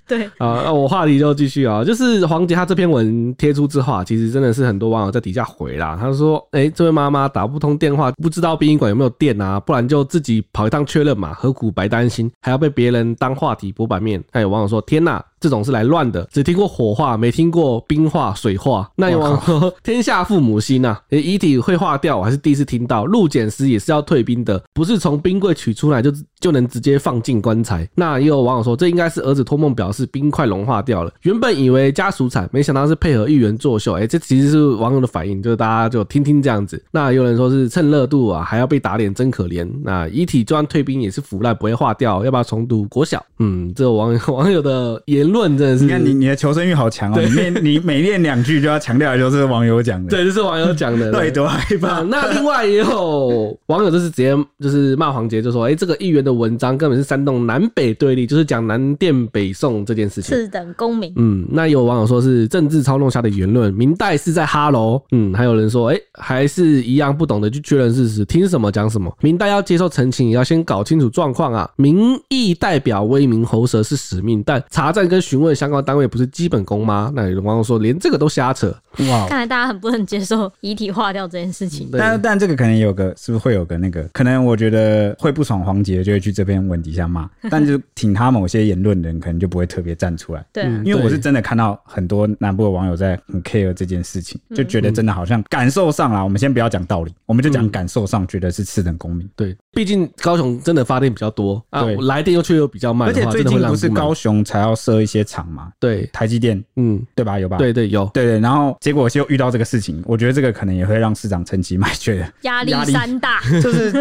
Speaker 2: 对，
Speaker 3: <laughs> 啊，那我话题就继续啊，就是黄杰他这篇文贴出之后啊，其实真的是很多网友在底下回啦，他说：“哎、这位妈妈打不通电话，不知道殡仪馆有没有电啊，不然就自己跑一趟确认嘛，何苦白担心，还要被别人当话题博版面。”还有网友说：“天呐，这种是来乱的，只听过火化，没听过冰化、水化。”那有网友说：“ <laughs> 天下父母心呐、诶遗体会化掉，我还是第一次听到，路检师也是要退冰的，不是从冰柜取出来就就能直接放进棺材。”那也有网友说：“这应该是儿子托梦表示冰块融化掉了，原本以为家属惨，没想到是配合议员作秀。”哎诶，这其实是网友的反应，就是大家就听听这样子。那有人说是趁热度啊，还要被打脸，真可怜。那遗体就算退冰也是腐烂，不会化掉，要不要重读国小？嗯，这网友网友的言论真的是，
Speaker 1: 你看你你的求生欲好强哦，你念你每念两句就要强调，就是网友讲的，
Speaker 3: 对，这是网友讲
Speaker 1: <laughs>
Speaker 3: 的，
Speaker 1: 到底多害怕
Speaker 3: <laughs> 啊，？那另外也有网友就是直接就是骂黄杰，就说：“哎、这个议员的文章根本是煽动南北对立，就是讲南电北宋这件事情。”
Speaker 2: 次等公民，
Speaker 3: 嗯，那有网友说是政治操弄下的言论，明代是在哈喽。嗯，还有人说，哎、还是一样不懂得去确认事实，听什么讲什么。明代要接受澄清，也要先搞清楚状况啊。民意代表威名喉舌是使命，但查证跟询问相关单位不是基本功吗？那有网友说，连这个都瞎扯。
Speaker 1: 哇！
Speaker 2: 看来大家很不能接受遗体化掉这件事情。
Speaker 3: 嗯对
Speaker 1: 但但这个可能有个是不是会有个那个，可能我觉得会不爽黄杰就会去这篇文底下
Speaker 3: <laughs>
Speaker 1: 骂，但就挺他某些言论的人可能就不会特别站出来。
Speaker 2: 对啊，
Speaker 1: 因为我
Speaker 3: 对
Speaker 1: 是真的看到很多南部的网友在很 care 这件事情，
Speaker 3: 嗯
Speaker 1: 就觉得真的好像感受上啦，我们先不要讲道理，我们就
Speaker 3: 嗯
Speaker 1: 讲感受上，觉得是次等公民。
Speaker 3: 对，毕竟高雄真的发电比较多啊
Speaker 1: 对，
Speaker 3: 来电又却又比较慢
Speaker 1: 而
Speaker 3: 的
Speaker 1: 且
Speaker 3: 话，
Speaker 1: 最
Speaker 3: 真的会
Speaker 1: 近
Speaker 3: 让
Speaker 1: 不
Speaker 3: 人
Speaker 1: 是
Speaker 3: 满
Speaker 1: 高雄才要设一些厂嘛，
Speaker 3: 对，
Speaker 1: 台积电
Speaker 3: 嗯，
Speaker 1: 对吧？有吧？
Speaker 3: 对对有，
Speaker 1: 对对，然后结果就遇到这个事情，我觉得这个可能也会让市长趁机 <laughs> 卖血。
Speaker 2: 压力
Speaker 1: 压力 <laughs>
Speaker 2: 山大，
Speaker 1: 就是，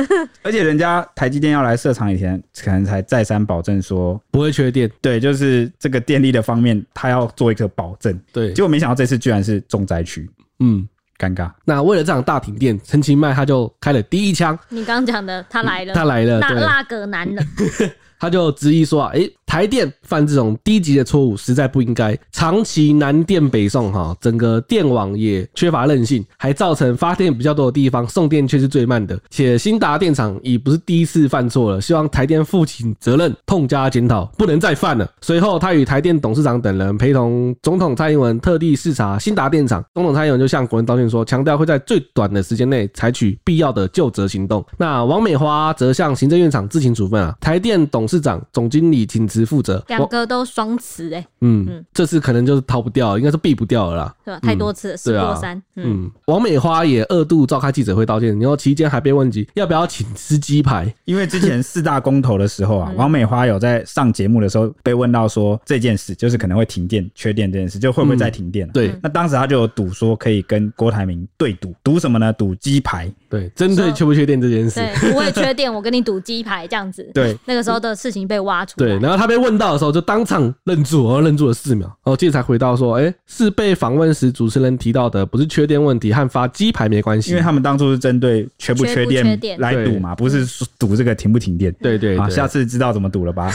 Speaker 1: 而且人家台积电要来设厂以前，可能才再三保证说，
Speaker 3: 不会缺电，
Speaker 1: 对，就是这个电力的方面，他要做一个保证。
Speaker 3: 对，
Speaker 1: 结果没想到这次居然是重灾区，
Speaker 3: 嗯。
Speaker 1: 尴尬。
Speaker 3: 那为了这场大停电，陈其迈他就开了第一枪，
Speaker 2: 你刚刚讲的，他来了，
Speaker 3: 他来了，
Speaker 2: 那
Speaker 3: 对，
Speaker 2: 那个男
Speaker 1: <laughs>
Speaker 2: 人，
Speaker 3: 他就质疑说啊，诶、台电犯这种低级的错误实在不应该，长期南电北送哈，整个电网也缺乏韧性，还造成发电比较多的地方送电却是最慢的。且新达电厂已不是第一次犯错了，希望台电负起责任，痛加检讨，不能再犯了。随后，他与台电董事长等人陪同总统蔡英文特地视察新达电厂，总统蔡英文就向国人道歉说，强调会在最短的时间内采取必要的救责行动。那王美花则向行政院长自行处分啊，台电董事长、总经理请辞负责。
Speaker 2: 两
Speaker 3: 王
Speaker 2: 个都双词哎，
Speaker 3: 嗯
Speaker 2: 嗯，
Speaker 3: 这次可能就是逃不掉，应该是避不掉了啦。
Speaker 2: 对吧？太多次了，事
Speaker 3: 对啊
Speaker 2: 过三，嗯，
Speaker 3: 嗯，王美花也二度召开记者会道歉，然后期间还被问及要不要请吃鸡排。
Speaker 1: 因为之前四大公投的时候啊，
Speaker 2: 嗯
Speaker 1: 王美花有在上节目的时候被问到说这件事，就是可能会停电、缺电这件事，就会不会再停电、啊
Speaker 3: 对
Speaker 2: 嗯
Speaker 1: 那当时他就有赌说可以跟郭台铭对赌，赌什么呢？赌鸡排。
Speaker 3: 对，针对缺不缺电这件事。
Speaker 2: 对，不会缺电，我跟你赌鸡排这样子。
Speaker 1: 对，
Speaker 2: 那个时候的事情被挖出
Speaker 1: 哦
Speaker 3: 对，
Speaker 2: 来，
Speaker 3: 然后他被问到的时候，就当场愣住，然后愣住了四秒，然后接着才回到说：“哎、是被访问时主持人提到的，不是缺电问题，和发鸡排没关系。”
Speaker 1: 因为他们当初是针对缺不
Speaker 2: 缺不缺
Speaker 1: 电
Speaker 2: 电嗯
Speaker 1: 来赌嘛，不是说赌这个停不停电。
Speaker 3: 对对
Speaker 1: 啊，
Speaker 3: 对，
Speaker 1: 下次知道怎
Speaker 2: <laughs>
Speaker 1: 么赌了吧？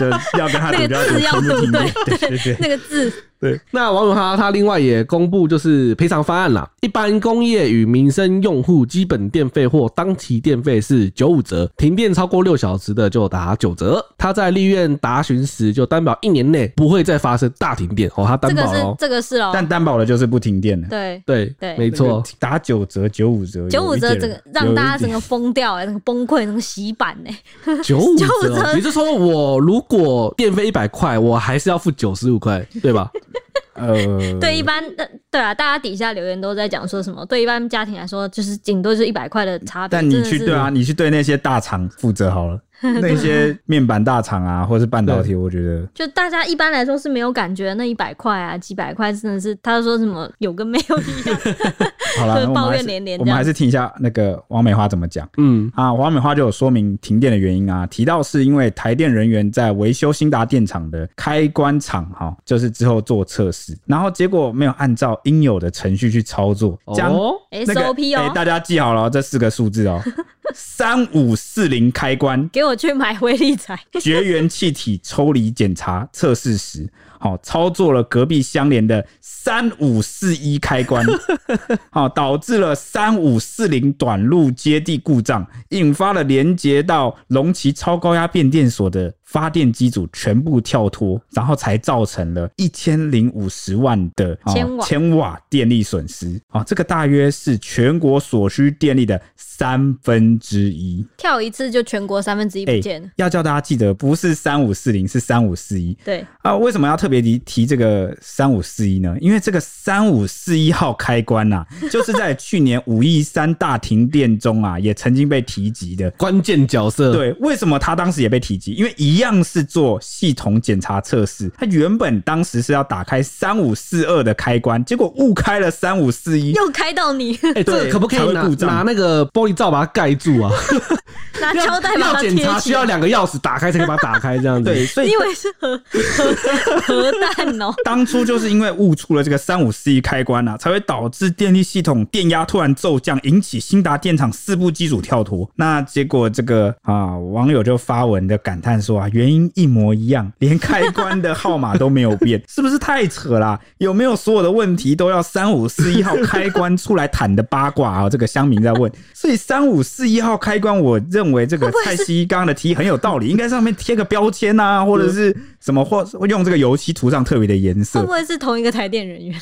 Speaker 1: 就要跟他赌，就
Speaker 2: 那个字
Speaker 1: 要
Speaker 2: 要
Speaker 1: 赌停不
Speaker 2: 读
Speaker 1: 停
Speaker 2: 对
Speaker 1: 电。对对对。
Speaker 2: 那个字
Speaker 3: 对，那王永哈他另外也公布就是赔偿方案啦，一般工业与民生用户基本电费或当期电费是九五折，停电超过六小时的就打九折。他在立院答询时就担保一年内不会再发生大停电哦，他
Speaker 2: 这
Speaker 3: 担
Speaker 2: 个
Speaker 3: 保
Speaker 2: 是
Speaker 3: 哦，
Speaker 2: 这个是哦，
Speaker 1: 但担保的就是不停电的，
Speaker 2: 对。
Speaker 3: 对
Speaker 2: 对
Speaker 3: 没错，
Speaker 1: 打九折、九五折、
Speaker 2: 九五
Speaker 1: 有一
Speaker 2: 折，
Speaker 1: 点
Speaker 2: 整个让大家
Speaker 1: 有
Speaker 2: 整个
Speaker 1: 一点
Speaker 2: 疯掉哎、欸，那个崩溃，那个洗版哎、
Speaker 3: 九五折
Speaker 2: 95折
Speaker 3: 哦，也就是说我如果电费一百块，我还是要付九十五块，对吧？
Speaker 1: 呃，
Speaker 2: 对，一般呃对啊，大家底下留言都在讲说什么，对一般家庭来说，就是顶多就是一百块的差别。
Speaker 1: 但你
Speaker 2: 真的
Speaker 1: 去
Speaker 2: 是
Speaker 1: 对啊，你去对那些大厂负责好
Speaker 2: <laughs>
Speaker 1: 了，那些面板大厂啊，或是半导体，我觉得
Speaker 2: 就大家一般来说是没有感觉，那一百块啊，几百块真的是，他说什么有跟没有一样。
Speaker 1: 好了，
Speaker 2: 就是
Speaker 1: 那我们
Speaker 2: <laughs> 抱
Speaker 1: 还
Speaker 2: 怨
Speaker 1: 是
Speaker 2: 连连
Speaker 1: 我
Speaker 2: 这
Speaker 1: 们
Speaker 2: 样
Speaker 1: 还是听一下那个王美花怎么讲。
Speaker 3: 嗯，
Speaker 1: 啊，王美花就有说明停电的原因啊，提到是因为台电人员在维修新达电厂的开关厂哈、就是之后做测试，然后结果没有按照应有的程序去操作，将
Speaker 3: 哦，
Speaker 1: <laughs> 那个
Speaker 2: SOP
Speaker 1: 哎
Speaker 2: 哦，
Speaker 1: 大家记好了哦这四个数字哦，三五四零开关
Speaker 2: 给我去买威力彩， <laughs>
Speaker 1: 绝缘气体抽离检查测试时，好、操作了隔壁相连的三五四一开
Speaker 2: <laughs>
Speaker 1: 关，好、导致了三五四零短路接地故障，引发了连接到龙旗超高压变电所的发电机组全部跳脱，然后才造成了一千零五十万的、哦
Speaker 2: 千瓦
Speaker 1: 千瓦电力损失，啊、这个大约是全国所需电力的三分之一。
Speaker 2: 跳一次就全国三分之一不
Speaker 1: 哎
Speaker 2: 见了。
Speaker 1: 要叫大家记得，不是三五四零，是三五四一
Speaker 2: 对，
Speaker 1: 啊。为什么要特别提提这个三五四一呢？因为这个三五四一号开关呐、就是在去年五一三大停电中啊，也曾经被提及的。
Speaker 3: 关键角色，，
Speaker 1: 对，为什么他当时也被提及？因为一样是做系统检查测试，他原本当时是要打开三五四二的开关，结果误开了三五四一，
Speaker 2: 又开到
Speaker 1: <laughs>
Speaker 2: 你
Speaker 3: 哎，这个
Speaker 1: 对
Speaker 3: 可不可
Speaker 1: 才
Speaker 3: 以
Speaker 1: 会
Speaker 3: 拿
Speaker 1: 故障
Speaker 3: 拿那个玻璃罩把它盖住啊？
Speaker 2: 拿
Speaker 3: 要
Speaker 2: 胶带把
Speaker 3: 要
Speaker 2: 它贴
Speaker 3: 检查需
Speaker 2: 起
Speaker 3: 要
Speaker 2: 来，
Speaker 3: 两个钥匙打开才可以把它打开，这样子。
Speaker 1: 对，，所以
Speaker 2: 你以为是核核核弹哦、
Speaker 1: 当初就是因为误触了这个三五四一开关啊，才会导致电力系统电压突然骤降，引起新达电厂四部机组跳脱。那结果这个啊，网友就发文的感叹说啊，原因一模一样，连开关的号码都没有变， <laughs> 是不是太扯啦、有没有所有的问题都要三五四一号开关出来谈的八卦啊？这个乡民在问，所以三五四一号开关，我认为这个蔡西刚刚的提很有道理，应该上面贴个标签啊，或者 <laughs> 是什么或用这个油漆涂上特别的颜色
Speaker 2: 会不。会是同一个台电人员？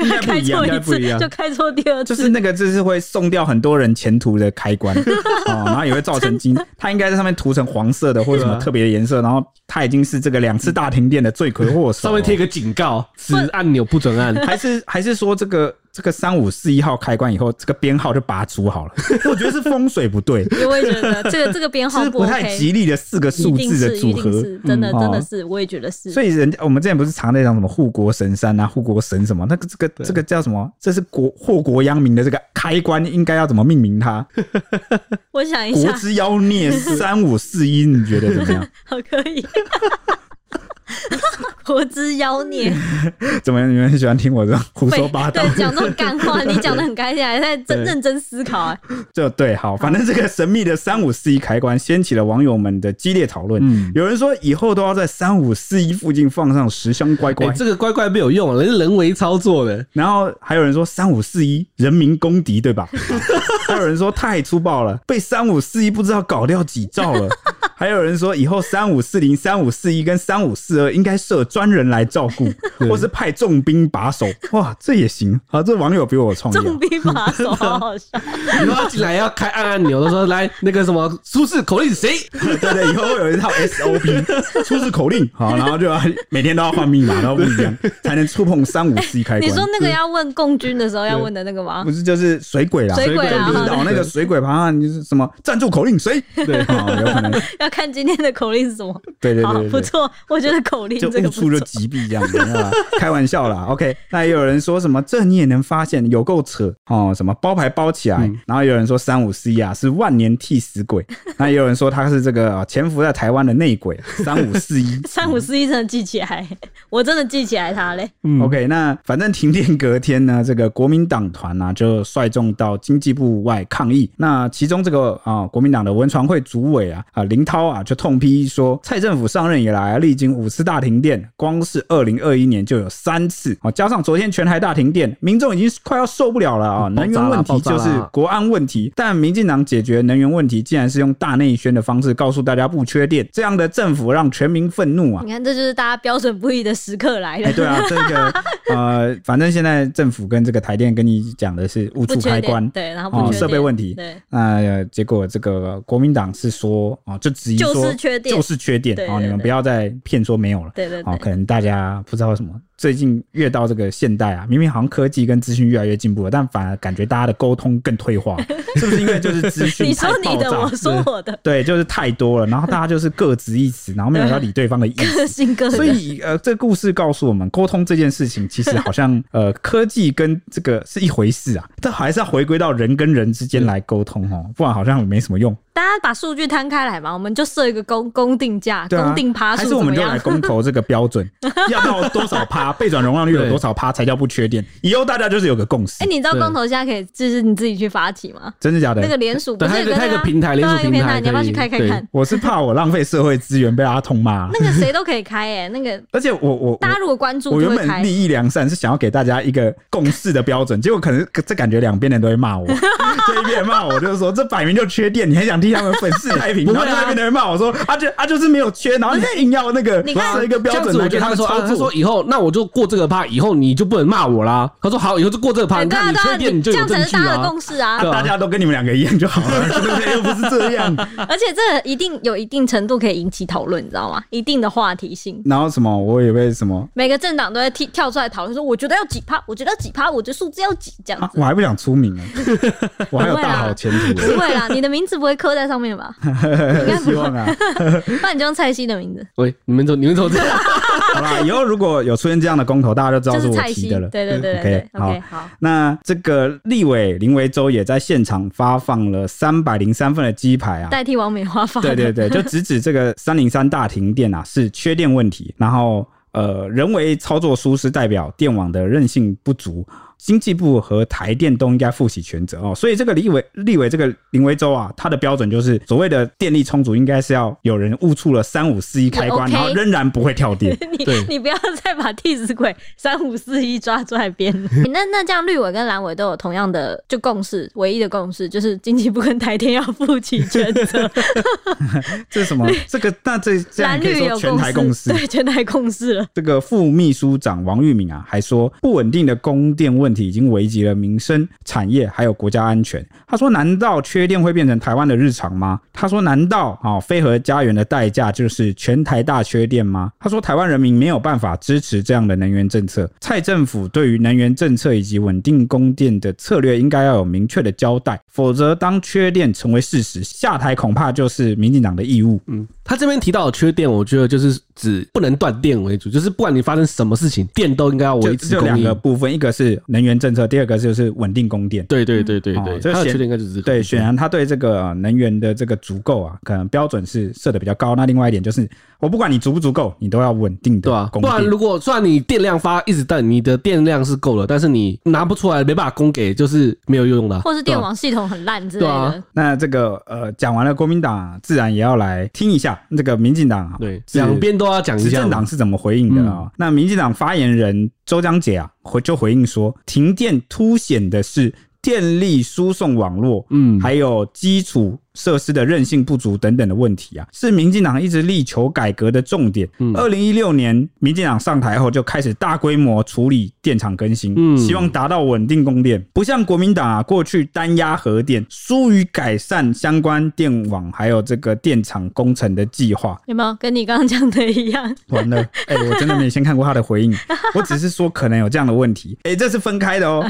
Speaker 1: <laughs> 应
Speaker 2: 为
Speaker 1: 该不
Speaker 2: 开
Speaker 1: 一
Speaker 2: 错
Speaker 1: 样应该不
Speaker 2: 次
Speaker 1: 一样
Speaker 2: 就开错第二
Speaker 1: 就
Speaker 2: 次，
Speaker 1: 是那个，就是会送掉很多人前途的开 <laughs> 关哦，然后也会造成金，它应该在上面涂成黄色的或者什么特别的颜色，然后它已经是这个两次大停电的罪魁祸首。
Speaker 3: 上面贴个警告，此按钮不准按。
Speaker 2: <laughs>
Speaker 1: 还是还是说这个这个三五四一号开关以后，这个编号就拔出好了。 <laughs> 我觉得是风水不
Speaker 2: <laughs>
Speaker 1: 对，
Speaker 2: 我也觉得这个这个编
Speaker 1: 就
Speaker 2: 号
Speaker 1: 是不
Speaker 2: OK，
Speaker 1: 太吉利的四个
Speaker 2: 一
Speaker 1: 数
Speaker 2: 定
Speaker 1: 字
Speaker 2: 是
Speaker 1: 的
Speaker 2: 一
Speaker 1: 组
Speaker 2: 定
Speaker 1: 合。
Speaker 2: 是真的
Speaker 1: 嗯
Speaker 2: 真的
Speaker 1: 哦
Speaker 2: 是，我也觉得是。
Speaker 1: 所以人家我们之前不是常在讲什么护国神山啊、护国神什么？那个这个这个叫什么？这是国祸国殃民的这个开关，应该要怎么命名
Speaker 2: <laughs>
Speaker 1: 它？
Speaker 2: 我想一
Speaker 1: 国
Speaker 2: 下，
Speaker 1: 之妖孽三五四一，你觉得怎么样？
Speaker 2: <laughs>
Speaker 1: <laughs>
Speaker 2: 好可以。 <laughs> 国之妖孽，
Speaker 1: 怎么样？你们很喜欢听我这种胡说
Speaker 2: 对
Speaker 1: 八道？
Speaker 2: 对，讲这种干话，你讲的很开心，还在真
Speaker 1: 对
Speaker 2: 认真思考啊。
Speaker 1: 就对，好，反正这个神秘的三五四一开关掀起了网友们的激烈讨论。
Speaker 3: 嗯
Speaker 1: 有人说以后都要在三五四一附近放上十箱乖乖，
Speaker 3: 哎，这个乖乖没有用，人是人为操
Speaker 1: <laughs>
Speaker 3: 作的。
Speaker 1: 然后还有人说三五四一人民公敌，对吧？ <laughs> 还有人说太粗暴了，被三五四一不知道搞掉几兆
Speaker 3: <laughs>
Speaker 1: 了。还有人说以后三五四零、三五四一跟三五四二应该设专人来照顾，或是派重兵把守。哇，这也行啊！这网友比我有创意、啊
Speaker 2: 重。兵
Speaker 1: <laughs>
Speaker 2: 把守，好好笑。
Speaker 3: 你说进来要开按按钮，他说来那个什么出示口令谁？
Speaker 1: 对对，以后会有一套 SOP 出示口令，好，然后就要每天都要换密码，然后不一样才能触碰三五四一开关。
Speaker 2: 你说那个要问共军的时候要问的那个吗
Speaker 1: 不？是就是水鬼啦，
Speaker 2: 水鬼啊
Speaker 1: 就是
Speaker 2: 好的
Speaker 1: 找那个水鬼旁啊，你就是什么赞助口令
Speaker 2: <laughs>
Speaker 1: 谁？对，好有可能，
Speaker 2: 要看今天的口令是什么。
Speaker 1: 对对
Speaker 2: 好
Speaker 1: 对，对，
Speaker 2: 不
Speaker 1: 对
Speaker 2: 错，我觉得口令
Speaker 1: 就
Speaker 2: 这个
Speaker 1: 误
Speaker 2: 不
Speaker 1: 触就
Speaker 2: 错。
Speaker 1: 击毙这样子，没有啦开玩笑啦。OK，那也有人说什么这你也能发现，有够扯哦，什么包牌包起来，然后有人说三五四一啊是万年替死鬼，那也有人说他是这个啊潜伏在台湾的内鬼三五四一。
Speaker 2: 三五四一真的记起来， <laughs> 我真的记起来他嘞。
Speaker 3: 嗯
Speaker 1: OK，那反正停电隔天呢，这个国民党团呢、就率众到经济部外抗议。那其中这个啊、国民党的文传会主委啊啊、林涛超啊就痛批说，蔡政府上任以来啊历经五次大停电，光是二零二一年就有三次哦，加上昨天全台大停电，民众已经快要受不了了啊、
Speaker 3: 嗯
Speaker 1: 能源问题
Speaker 3: 爆炸
Speaker 1: 就
Speaker 3: 啦
Speaker 1: 是国安问题，但民进党解决能源问题，竟然是用大内宣的方式告诉大家不缺电，这样的政府让全民愤怒啊！
Speaker 2: 你看，这就是大家标准不一的时刻来了。
Speaker 1: 哎，
Speaker 2: <laughs>
Speaker 1: 对啊，这个呃，反正现在政府跟这个台电跟你讲的是误
Speaker 2: 不
Speaker 1: 触
Speaker 2: 缺
Speaker 1: 开
Speaker 2: 点
Speaker 1: 关，
Speaker 2: 对，然后
Speaker 1: 哦
Speaker 2: 不缺
Speaker 1: 设备
Speaker 2: 点
Speaker 1: 问题
Speaker 2: 对，
Speaker 1: 那、呃、结果这个国民党是说啊、哦就质疑说
Speaker 2: 就是缺电
Speaker 1: 就是缺电
Speaker 2: 对对
Speaker 1: 哦，你们
Speaker 2: 对
Speaker 1: 不要再骗说没有了。
Speaker 2: 对对
Speaker 1: 哦，
Speaker 2: 对，
Speaker 1: 可能大家不知道为什么，最近越到这个现代啊，明明好像科技跟资讯越来越进步了，但反而感觉大家的沟通更退
Speaker 2: <laughs>
Speaker 1: 化，是不是因为就是资讯
Speaker 2: 你
Speaker 1: 太
Speaker 2: 说你
Speaker 1: 爆
Speaker 2: 的，我
Speaker 1: 炸？
Speaker 2: 说我的，
Speaker 1: 对，就是太多了，然后大家就是各执一词，然后没有要理对方的意思。
Speaker 2: 个性 <laughs> 个
Speaker 1: 所
Speaker 2: 人。
Speaker 1: 以呃，这故事告诉我们，沟通这件事情其实好像呃，科技跟这个是一回事啊，但还是要回归到人跟人之间来沟通哦，不然好像没什么用。
Speaker 2: 大家把数据摊开来嘛，我们就设一个公公定价、
Speaker 1: 对啊
Speaker 2: 公定，趴
Speaker 1: 还
Speaker 2: 数
Speaker 1: 是我
Speaker 2: 怎
Speaker 1: 们
Speaker 2: 么
Speaker 1: 就来
Speaker 2: 样？
Speaker 1: 公投这个标准，要到多少趴背转容量率有多少趴才叫不缺电？以后大家就是有个共识
Speaker 2: 哎，，你知道
Speaker 3: 对
Speaker 2: 公投现在可以就是你自己去发起吗？
Speaker 1: 真的假
Speaker 2: 那
Speaker 1: 的？
Speaker 2: 个联署不
Speaker 3: 对
Speaker 2: 是
Speaker 3: 它
Speaker 2: 有
Speaker 3: 有个它有
Speaker 2: 那
Speaker 3: 个
Speaker 2: 啊
Speaker 3: 平台
Speaker 2: 对
Speaker 3: 联
Speaker 2: 啊
Speaker 3: 署
Speaker 2: 有个
Speaker 3: 平
Speaker 2: 平
Speaker 3: 台
Speaker 2: 你要不要
Speaker 3: 可以
Speaker 2: 去开看
Speaker 3: 对
Speaker 2: 看？
Speaker 1: 我是怕我浪费社会资源被大家痛骂啊，
Speaker 2: 那个谁都可以开哎，那个
Speaker 1: 而且我我我
Speaker 2: 大家如果关注
Speaker 1: 我
Speaker 2: 就
Speaker 1: 原
Speaker 2: 会
Speaker 1: 本
Speaker 2: 开。
Speaker 1: 利益良善，是想要给大家一个共识的标准，结 <laughs> 果可能这感觉两边人都会骂我， <laughs> 这一边骂我就是说这摆明就缺电，你还想替他们粉饰太平，
Speaker 3: 不
Speaker 1: 然
Speaker 3: 会
Speaker 1: 后
Speaker 3: 啊
Speaker 1: 那边的人骂我说啊就啊就是没有缺，然后你还硬要那个
Speaker 2: 你看
Speaker 1: 设一个标
Speaker 3: 这样
Speaker 1: 准
Speaker 3: 子
Speaker 1: 来
Speaker 3: 我
Speaker 1: 给
Speaker 3: 觉得
Speaker 1: 他
Speaker 3: 他
Speaker 1: 们
Speaker 3: 说，
Speaker 1: 操
Speaker 3: 啊他
Speaker 1: 作
Speaker 3: 说。以后那我就过这个趴，以后你就不能骂我啦。他说好，以后就过这个趴，
Speaker 2: 哎
Speaker 3: 你
Speaker 2: 对啊
Speaker 3: 看你
Speaker 2: 对啊
Speaker 3: 缺点你就
Speaker 2: 这
Speaker 3: 有
Speaker 2: 样
Speaker 3: 证
Speaker 2: 才是
Speaker 3: 据
Speaker 2: 大家的
Speaker 3: 啊。
Speaker 2: 共识啊
Speaker 3: 对！啊
Speaker 1: 大家都跟你们两个一样就好了， <laughs> 对不对？又不是这样。
Speaker 2: 而且这一定有一定程度可以引起讨论，你知道吗？一定的话题性，
Speaker 1: 然后什么，我也会什么
Speaker 2: 每个政党都会跳跳出来讨论说，我觉得要几趴，我觉得要几趴，我觉得数字要几这样
Speaker 1: 啊 <laughs>
Speaker 2: 子。
Speaker 1: 我还不想出名呢，我还有大好前途
Speaker 2: 不会啦，你的名字不会刻在上面吧？
Speaker 1: 哦， <laughs> 希望啊。
Speaker 2: 不然你就用蔡西的名字，
Speaker 3: 喂，你们怎你们怎么这样？
Speaker 1: 好啦，以后如果有出现这样的公投，大家就知道
Speaker 2: 就是是
Speaker 1: 我
Speaker 2: 蔡
Speaker 1: 提
Speaker 2: 西。
Speaker 1: 的了。嗯
Speaker 2: 对对对对对
Speaker 1: OK，好
Speaker 2: OK，好。
Speaker 1: 那这个立委林维洲也在现场发放了三百零三份的鸡排啊。
Speaker 2: 代替王美花发
Speaker 1: 对
Speaker 2: 的。
Speaker 1: 对对，就直指这个三零三大停电啊是缺电问题，然后呃人为操作疏失代表电网的韧性不足，经济部和台电都应该负起全责哦。所以这个立委立委这个林维洲啊，他的标准就是所谓的电力充足，应该是要有人误触了三五四一开关，
Speaker 2: OK
Speaker 1: 然后仍然不会跳
Speaker 2: <laughs>
Speaker 1: 电。
Speaker 2: 你
Speaker 3: 对
Speaker 2: 你不要再把替死鬼三五四一抓出来编
Speaker 1: <laughs>
Speaker 2: 了。那那这样绿委跟蓝委都有同样的就共识，唯一的共识就是经济部跟台天要负起全责，
Speaker 1: 这是什么？这个那这 <laughs> 这样
Speaker 2: 蓝
Speaker 1: 可以
Speaker 2: 绿
Speaker 1: 说
Speaker 2: 有
Speaker 1: 全台共识。
Speaker 2: 对全台共识了。
Speaker 1: 这个副秘书长王玉敏啊，还说不稳定的供电问题已经危及了民生、产业还有国家安全。他说：“难道缺电会变成台湾的日常吗？”他说：“难道啊、哦非核家园的代价就是全台大缺电吗？”他说：“台湾人民没有办法支持这样的能源政策。蔡政府对于能源政策以及稳定供电的策略应该要有明确的交代，否则当缺电成为事实，下台恐怕就是民进党的义务。”
Speaker 3: 嗯， <laughs> 他这边提到的缺电，我觉得就是指不能断电为主，就是不管你发生什么事情，电都应该要
Speaker 1: 就
Speaker 3: 维持
Speaker 1: 就
Speaker 3: 供
Speaker 1: 两个嗯
Speaker 3: 应。
Speaker 1: 部分，一个是能源政策，第二个就是稳定供电。
Speaker 3: 对对对对
Speaker 1: 哦
Speaker 3: 对，
Speaker 1: 这
Speaker 3: 他的
Speaker 1: 显
Speaker 3: 缺点应该就是这个
Speaker 1: 对，显然他对这个呃能源的这个足够啊，可能标准是设的比较高。那另外一点就是，我不管你足不足够，你都要稳定
Speaker 3: 对
Speaker 1: 的
Speaker 3: 啊，
Speaker 1: 供
Speaker 3: 不然
Speaker 1: 电。
Speaker 3: 如果虽然你电量发一直但你的电量是够了，但是你拿不出来，没办法供给，就是没有用的啊，
Speaker 2: 或是电
Speaker 3: 对啊
Speaker 2: 网系统很烂之类
Speaker 3: 对
Speaker 2: 的
Speaker 3: 啊。
Speaker 1: 那这个呃，讲完了国民党啊、自然也要来听一下这个民进党啊，
Speaker 3: 对，
Speaker 1: 是
Speaker 3: 两边都要讲一
Speaker 1: 执
Speaker 3: 下
Speaker 1: 政
Speaker 3: 嘛。嗯
Speaker 1: 党是怎么回应的啊、那民进党发言人周江杰啊，回就回应说，停电凸显的是电力输送网络，
Speaker 3: 嗯
Speaker 1: 还有基础设施的韧性不足等等的问题啊，是民进党一直力求改革的重点。
Speaker 3: 嗯
Speaker 1: 二零一六年民进党上台后，就开始大规模处理电厂更新，
Speaker 3: 嗯
Speaker 1: 希望达到稳定供电。不像国民党啊，过去单压核电，疏于改善相关电网还有这个电厂工程的计划。
Speaker 2: 有没有跟你刚刚讲的一样？
Speaker 1: 完了，哎、我真的没先看过他的回应，我只是说可能有这样的问题，哎、这是分开的
Speaker 2: <laughs>
Speaker 1: 哦。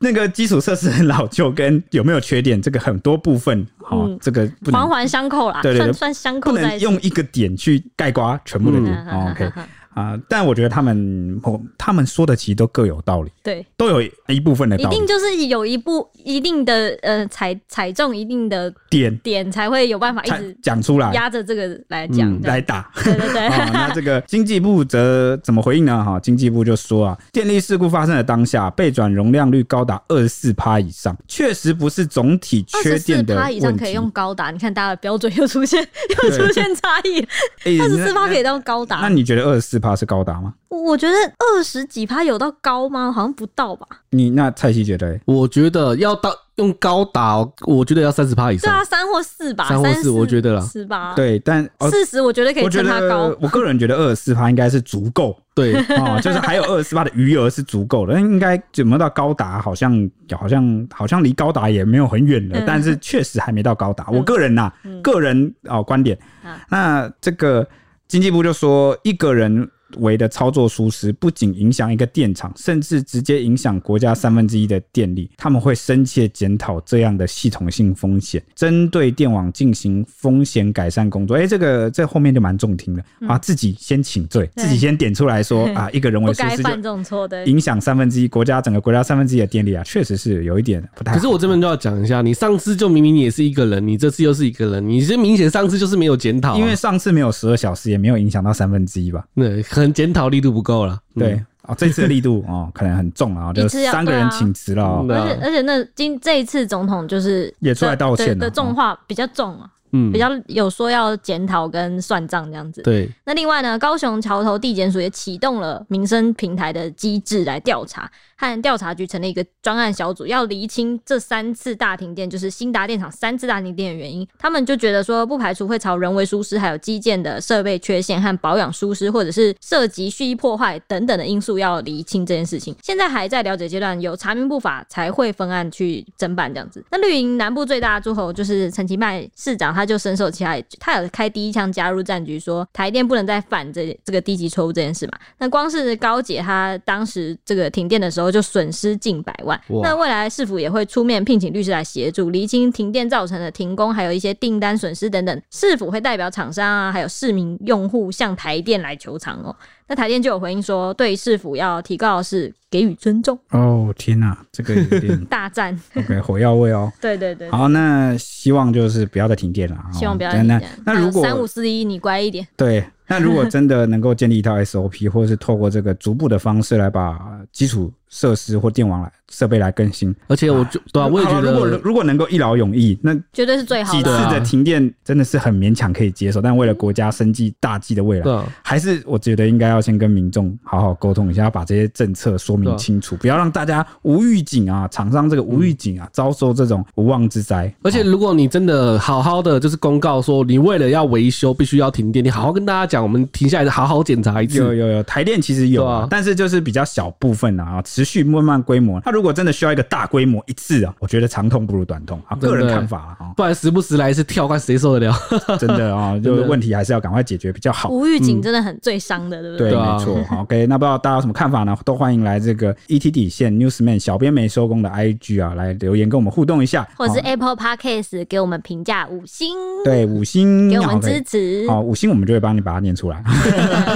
Speaker 1: 那个基础设施很老旧，跟有没有缺点，这个很多部分，哦，
Speaker 2: 嗯
Speaker 1: 这个不
Speaker 2: 环
Speaker 1: 能
Speaker 2: 环相扣啦，
Speaker 1: 对对对
Speaker 2: 算算相
Speaker 1: 不
Speaker 2: 扣在
Speaker 1: 能
Speaker 2: 一起。
Speaker 1: 用一个点去盖刮全部的点。
Speaker 2: 嗯
Speaker 1: 哦、OK，啊、但我觉得他们哦他们说的其实都各有道理，
Speaker 2: 对，
Speaker 1: 都有一部分的
Speaker 2: 一
Speaker 1: 道理
Speaker 2: 定就是有一部一定的呃踩踩中一定的
Speaker 1: 点
Speaker 2: 点，才会有办法一
Speaker 1: 才
Speaker 2: 直
Speaker 1: 讲出来
Speaker 2: 压着这个来讲。
Speaker 3: 嗯
Speaker 2: 这样
Speaker 1: 来打。
Speaker 2: 对
Speaker 1: <laughs>
Speaker 2: 对对，
Speaker 1: 啊、那这个经济部则怎么回应呢？哈，经济部就说啊，电力事故发生的当下，备转容量率高达二十四趴以上，确实不是总体
Speaker 2: 二
Speaker 1: 缺
Speaker 2: 十四
Speaker 1: 电的
Speaker 2: 趴
Speaker 1: 问题。
Speaker 2: 以上可以用高达，你看大家的标准又出现又
Speaker 1: 对
Speaker 2: 出现差异，
Speaker 1: 诶
Speaker 2: 二十四趴
Speaker 1: 那
Speaker 2: 可以到高达
Speaker 1: 那。你觉得二十四趴是高达吗？
Speaker 2: 我我觉得二十几趴有到高吗？好像不到吧。
Speaker 1: 你那蔡希觉得嘞？
Speaker 3: 我觉得要到用高达哦，我觉得要三十趴以
Speaker 2: 对
Speaker 3: 上
Speaker 2: 啊，。三或四吧，
Speaker 3: 三或四我觉得啦
Speaker 2: 是吧？，
Speaker 1: 对，但呃，
Speaker 2: 啊四十我觉得可以
Speaker 1: 我觉
Speaker 2: 称它高
Speaker 1: 得。我个人觉得二十四趴应该是足
Speaker 2: <laughs>
Speaker 1: 够。
Speaker 3: 对，
Speaker 1: 啊、就是还有二十八的余额是足够的，但应该怎么到高达？好像好像好像离高达也没有很远了，
Speaker 2: 嗯
Speaker 1: 但是确实还没到高达。我
Speaker 2: 嗯
Speaker 1: 个人呐、个人哦观点
Speaker 2: 啊，
Speaker 1: 那这个经济部就说，一个人为的操作疏失，不仅影响一个电厂，甚至直接影响国
Speaker 2: 嗯
Speaker 1: 家三分之一的电力。他们会深切检讨这样的系统性风险，针对电网进行风险改善工作。哎、这个这后面就蛮中听的啊，自己先请罪，
Speaker 2: 嗯对
Speaker 1: 自己先点出来
Speaker 2: <laughs>
Speaker 1: 说啊，一个人为
Speaker 2: 不
Speaker 1: 疏
Speaker 2: 该
Speaker 1: 失就
Speaker 2: 犯这种错的，
Speaker 1: 影响三分之一国家整个国家三分之一的电力啊，确实是有一点不太好。
Speaker 3: 可是我这边就要讲一下，你上次就明明也是一个人，你这次又是一个人，你这明显上次就是没有检讨啊、
Speaker 1: 因为上次没有十二小时，也没有影响到三分之一吧？
Speaker 3: 那可能检讨力度不够了。嗯
Speaker 1: 对，，哦，这次的力度 <laughs> 哦，可能很重啊，就
Speaker 2: 一次要
Speaker 1: 三个人请辞了、哦
Speaker 3: 对。啊
Speaker 2: 而且而且那今这一次总统就是
Speaker 1: 也出来
Speaker 2: 的
Speaker 1: 道歉啊
Speaker 2: 的
Speaker 1: 了
Speaker 2: 的重话比较重啊，
Speaker 3: 嗯
Speaker 2: 比较有说要检讨跟算账这样子。
Speaker 3: 对，
Speaker 2: 那另外呢，高雄桥头地检署也启动了民生平台的机制来调查，和调查局成立一个专案小组，要厘清这三次大停电，就是新达电厂三次大停电的原因。他们就觉得说，不排除会朝人为疏失、还有基建的设备缺陷和保养疏失，或者是涉及蓄意破坏等等的因素，要厘清这件事情。现在还在了解阶段，有查明不法才会分案去侦办这样子。那绿营南部最大的诸侯就是陈其迈市长，他就深受其害，他有开第一枪加入战局说，台电不能再犯这这个低级错误这件事嘛。那光是高姐她当时这个停电的时候就损失近百万
Speaker 3: 哇，
Speaker 2: 那未来市府也会出面聘请律师来协助厘清停电造成的停工，还有一些订单损失等等，市府会代表厂商啊，还有市民用户向台电来求偿哦。那台电就有回应说，对市府要提告的是给予尊重，
Speaker 1: 哦，天哪、这个有
Speaker 3: <laughs>
Speaker 1: 点
Speaker 2: 大战。
Speaker 1: OK 火药味哦。
Speaker 2: 对对对，
Speaker 1: 好，那希望就是不要再停电了啊、哦
Speaker 2: 希望不要再
Speaker 1: 那
Speaker 2: 停
Speaker 1: 那
Speaker 2: 电。
Speaker 1: 那如果
Speaker 2: 三五四一，你乖一点。
Speaker 1: 对，那如果真的能够建立一套 SOP，或者 <laughs> 是透过这个逐步的方式来把基础设施或电网来设备来更新，
Speaker 3: 而且我就对啊，我也
Speaker 1: 好
Speaker 3: 觉
Speaker 1: 了如果
Speaker 3: 得，
Speaker 1: 如果能够一劳永逸，那
Speaker 2: 绝对是最好
Speaker 1: 几次
Speaker 2: 的啊、
Speaker 1: 的停电真的是很勉强可以接受，但为了国家生计大计的未来
Speaker 3: 对，啊，
Speaker 1: 还是我觉得应该要先跟民众好好沟通一下，要把这些政策说
Speaker 3: 啊
Speaker 1: 明清楚，不要让大家无预警啊，厂商这个无预警啊，遭受这种无妄之灾。
Speaker 3: 嗯而且
Speaker 1: 哦
Speaker 3: 如果你真的好好的就是公告说，你为了要维修必须要停电，你好好跟大家讲，我们停下来好好检查一
Speaker 1: 有
Speaker 3: 次。
Speaker 1: 有有，台电其实有
Speaker 3: 对
Speaker 1: 啊
Speaker 3: 啊，
Speaker 1: 但是就是比较小部分啊，持续慢慢规模。它如果真的需要一个大规模一次啊，我觉得长痛不如短痛啊，
Speaker 3: 真
Speaker 1: 个
Speaker 3: 的
Speaker 1: 人看法啊，哦
Speaker 3: 不然时不时来一次跳，看谁受得了。
Speaker 1: 真的
Speaker 3: <laughs>
Speaker 1: 啊，就
Speaker 3: 真
Speaker 1: 是
Speaker 3: 的哦
Speaker 1: 问题还是要赶快解决比较好。
Speaker 2: 无预警真的很最伤的，对不
Speaker 1: 对，
Speaker 3: 对啊
Speaker 1: 没错。好 OK，那不知道大家有什么看法呢？都欢迎来这个 ET 底线 Newsman 小编没收工的 IG 啊，来留言跟我们互动一下，
Speaker 2: 或者是
Speaker 1: 哦
Speaker 2: Apple Podcast 给我们评价五星，
Speaker 1: 对五星
Speaker 2: 嗯给我们
Speaker 1: 好对
Speaker 2: 支持，
Speaker 1: 哦，五星我们就会帮你把它念出来。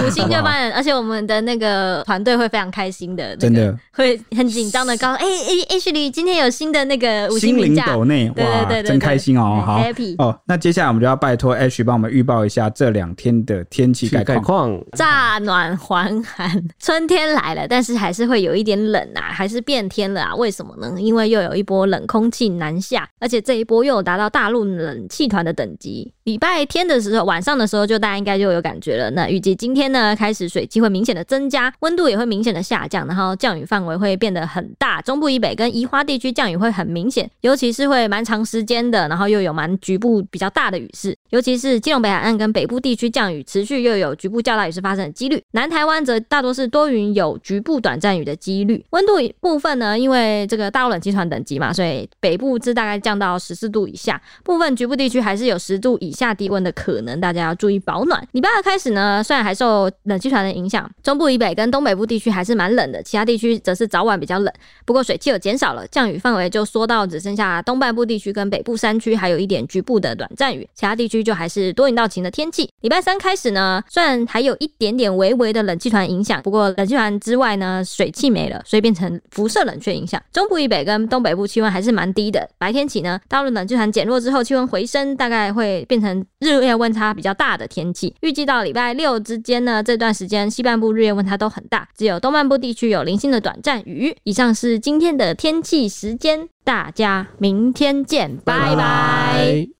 Speaker 2: 五星就帮人，而且我们的那个团队会非常开心的，那个
Speaker 1: 真的
Speaker 2: 会很紧张的告诉，哎哎，H 里今天有新的那个五星
Speaker 1: 心
Speaker 2: 评
Speaker 1: 灵
Speaker 2: 价，
Speaker 1: 斗内，
Speaker 2: 对
Speaker 1: 哇
Speaker 2: 对对，对
Speaker 1: 真开心哦！
Speaker 2: 对
Speaker 1: 好
Speaker 2: happy
Speaker 1: 哦，那接下来我们就要拜托 H 帮我们预报一下这两天的天气
Speaker 3: <laughs>
Speaker 1: 概
Speaker 3: 概
Speaker 1: 况。
Speaker 3: 况，
Speaker 2: 乍暖还寒，春天来了，但是还是会有一点冷啊，还是变天了啊？为什么呢？因为又有一波冷空气南下，而且这一波又有达到大陆冷气团的等级。礼拜天的时候，晚上的时候就大家应该就有感觉了。那预计今天呢，开始水汽会明显的增加，温度也会明显的下降，然后降雨范围会变得很大，中部以北跟宜花地区降雨会很明显，尤其是会蛮长时间的，然后又有蛮局部比较大的雨势，尤其是基隆北海岸跟北部地区降雨持续，又有局部较大雨势发生的几率。南台湾则大多是多云，有局部短暂雨的几率。温度部分呢，因为这个大陆冷气团等级嘛，所以北部至大概降到十四度以下，部分局部地区还是有十度以下低温的可能，大家要注意保暖。礼拜二开始呢，虽然还受冷气团的影响，中部以北跟东北部地区还是蛮冷的，其他地区则是早晚比较冷。不过水汽有减少了，降雨范围就缩到只剩下东半部地区跟北部山区，还有一点局部的短暂雨，其他地区就还是多云到晴的天气。礼拜三开始呢，虽然还有一点点微微的冷气团影响，不过冷气团之外呢，水汽没了，所以变成辐射冷却影响。中部以北跟东北部气温还是蛮低的，白天起呢，到了冷气团减弱之后，气温回升，大概会变成日夜温差比较大的天气。预计到礼拜六之间呢，这段时间西半部日夜温差都很大，只有东半部地区有零星的短暂雨。以上是今天的天气时间，大家明天见，拜拜。
Speaker 3: 拜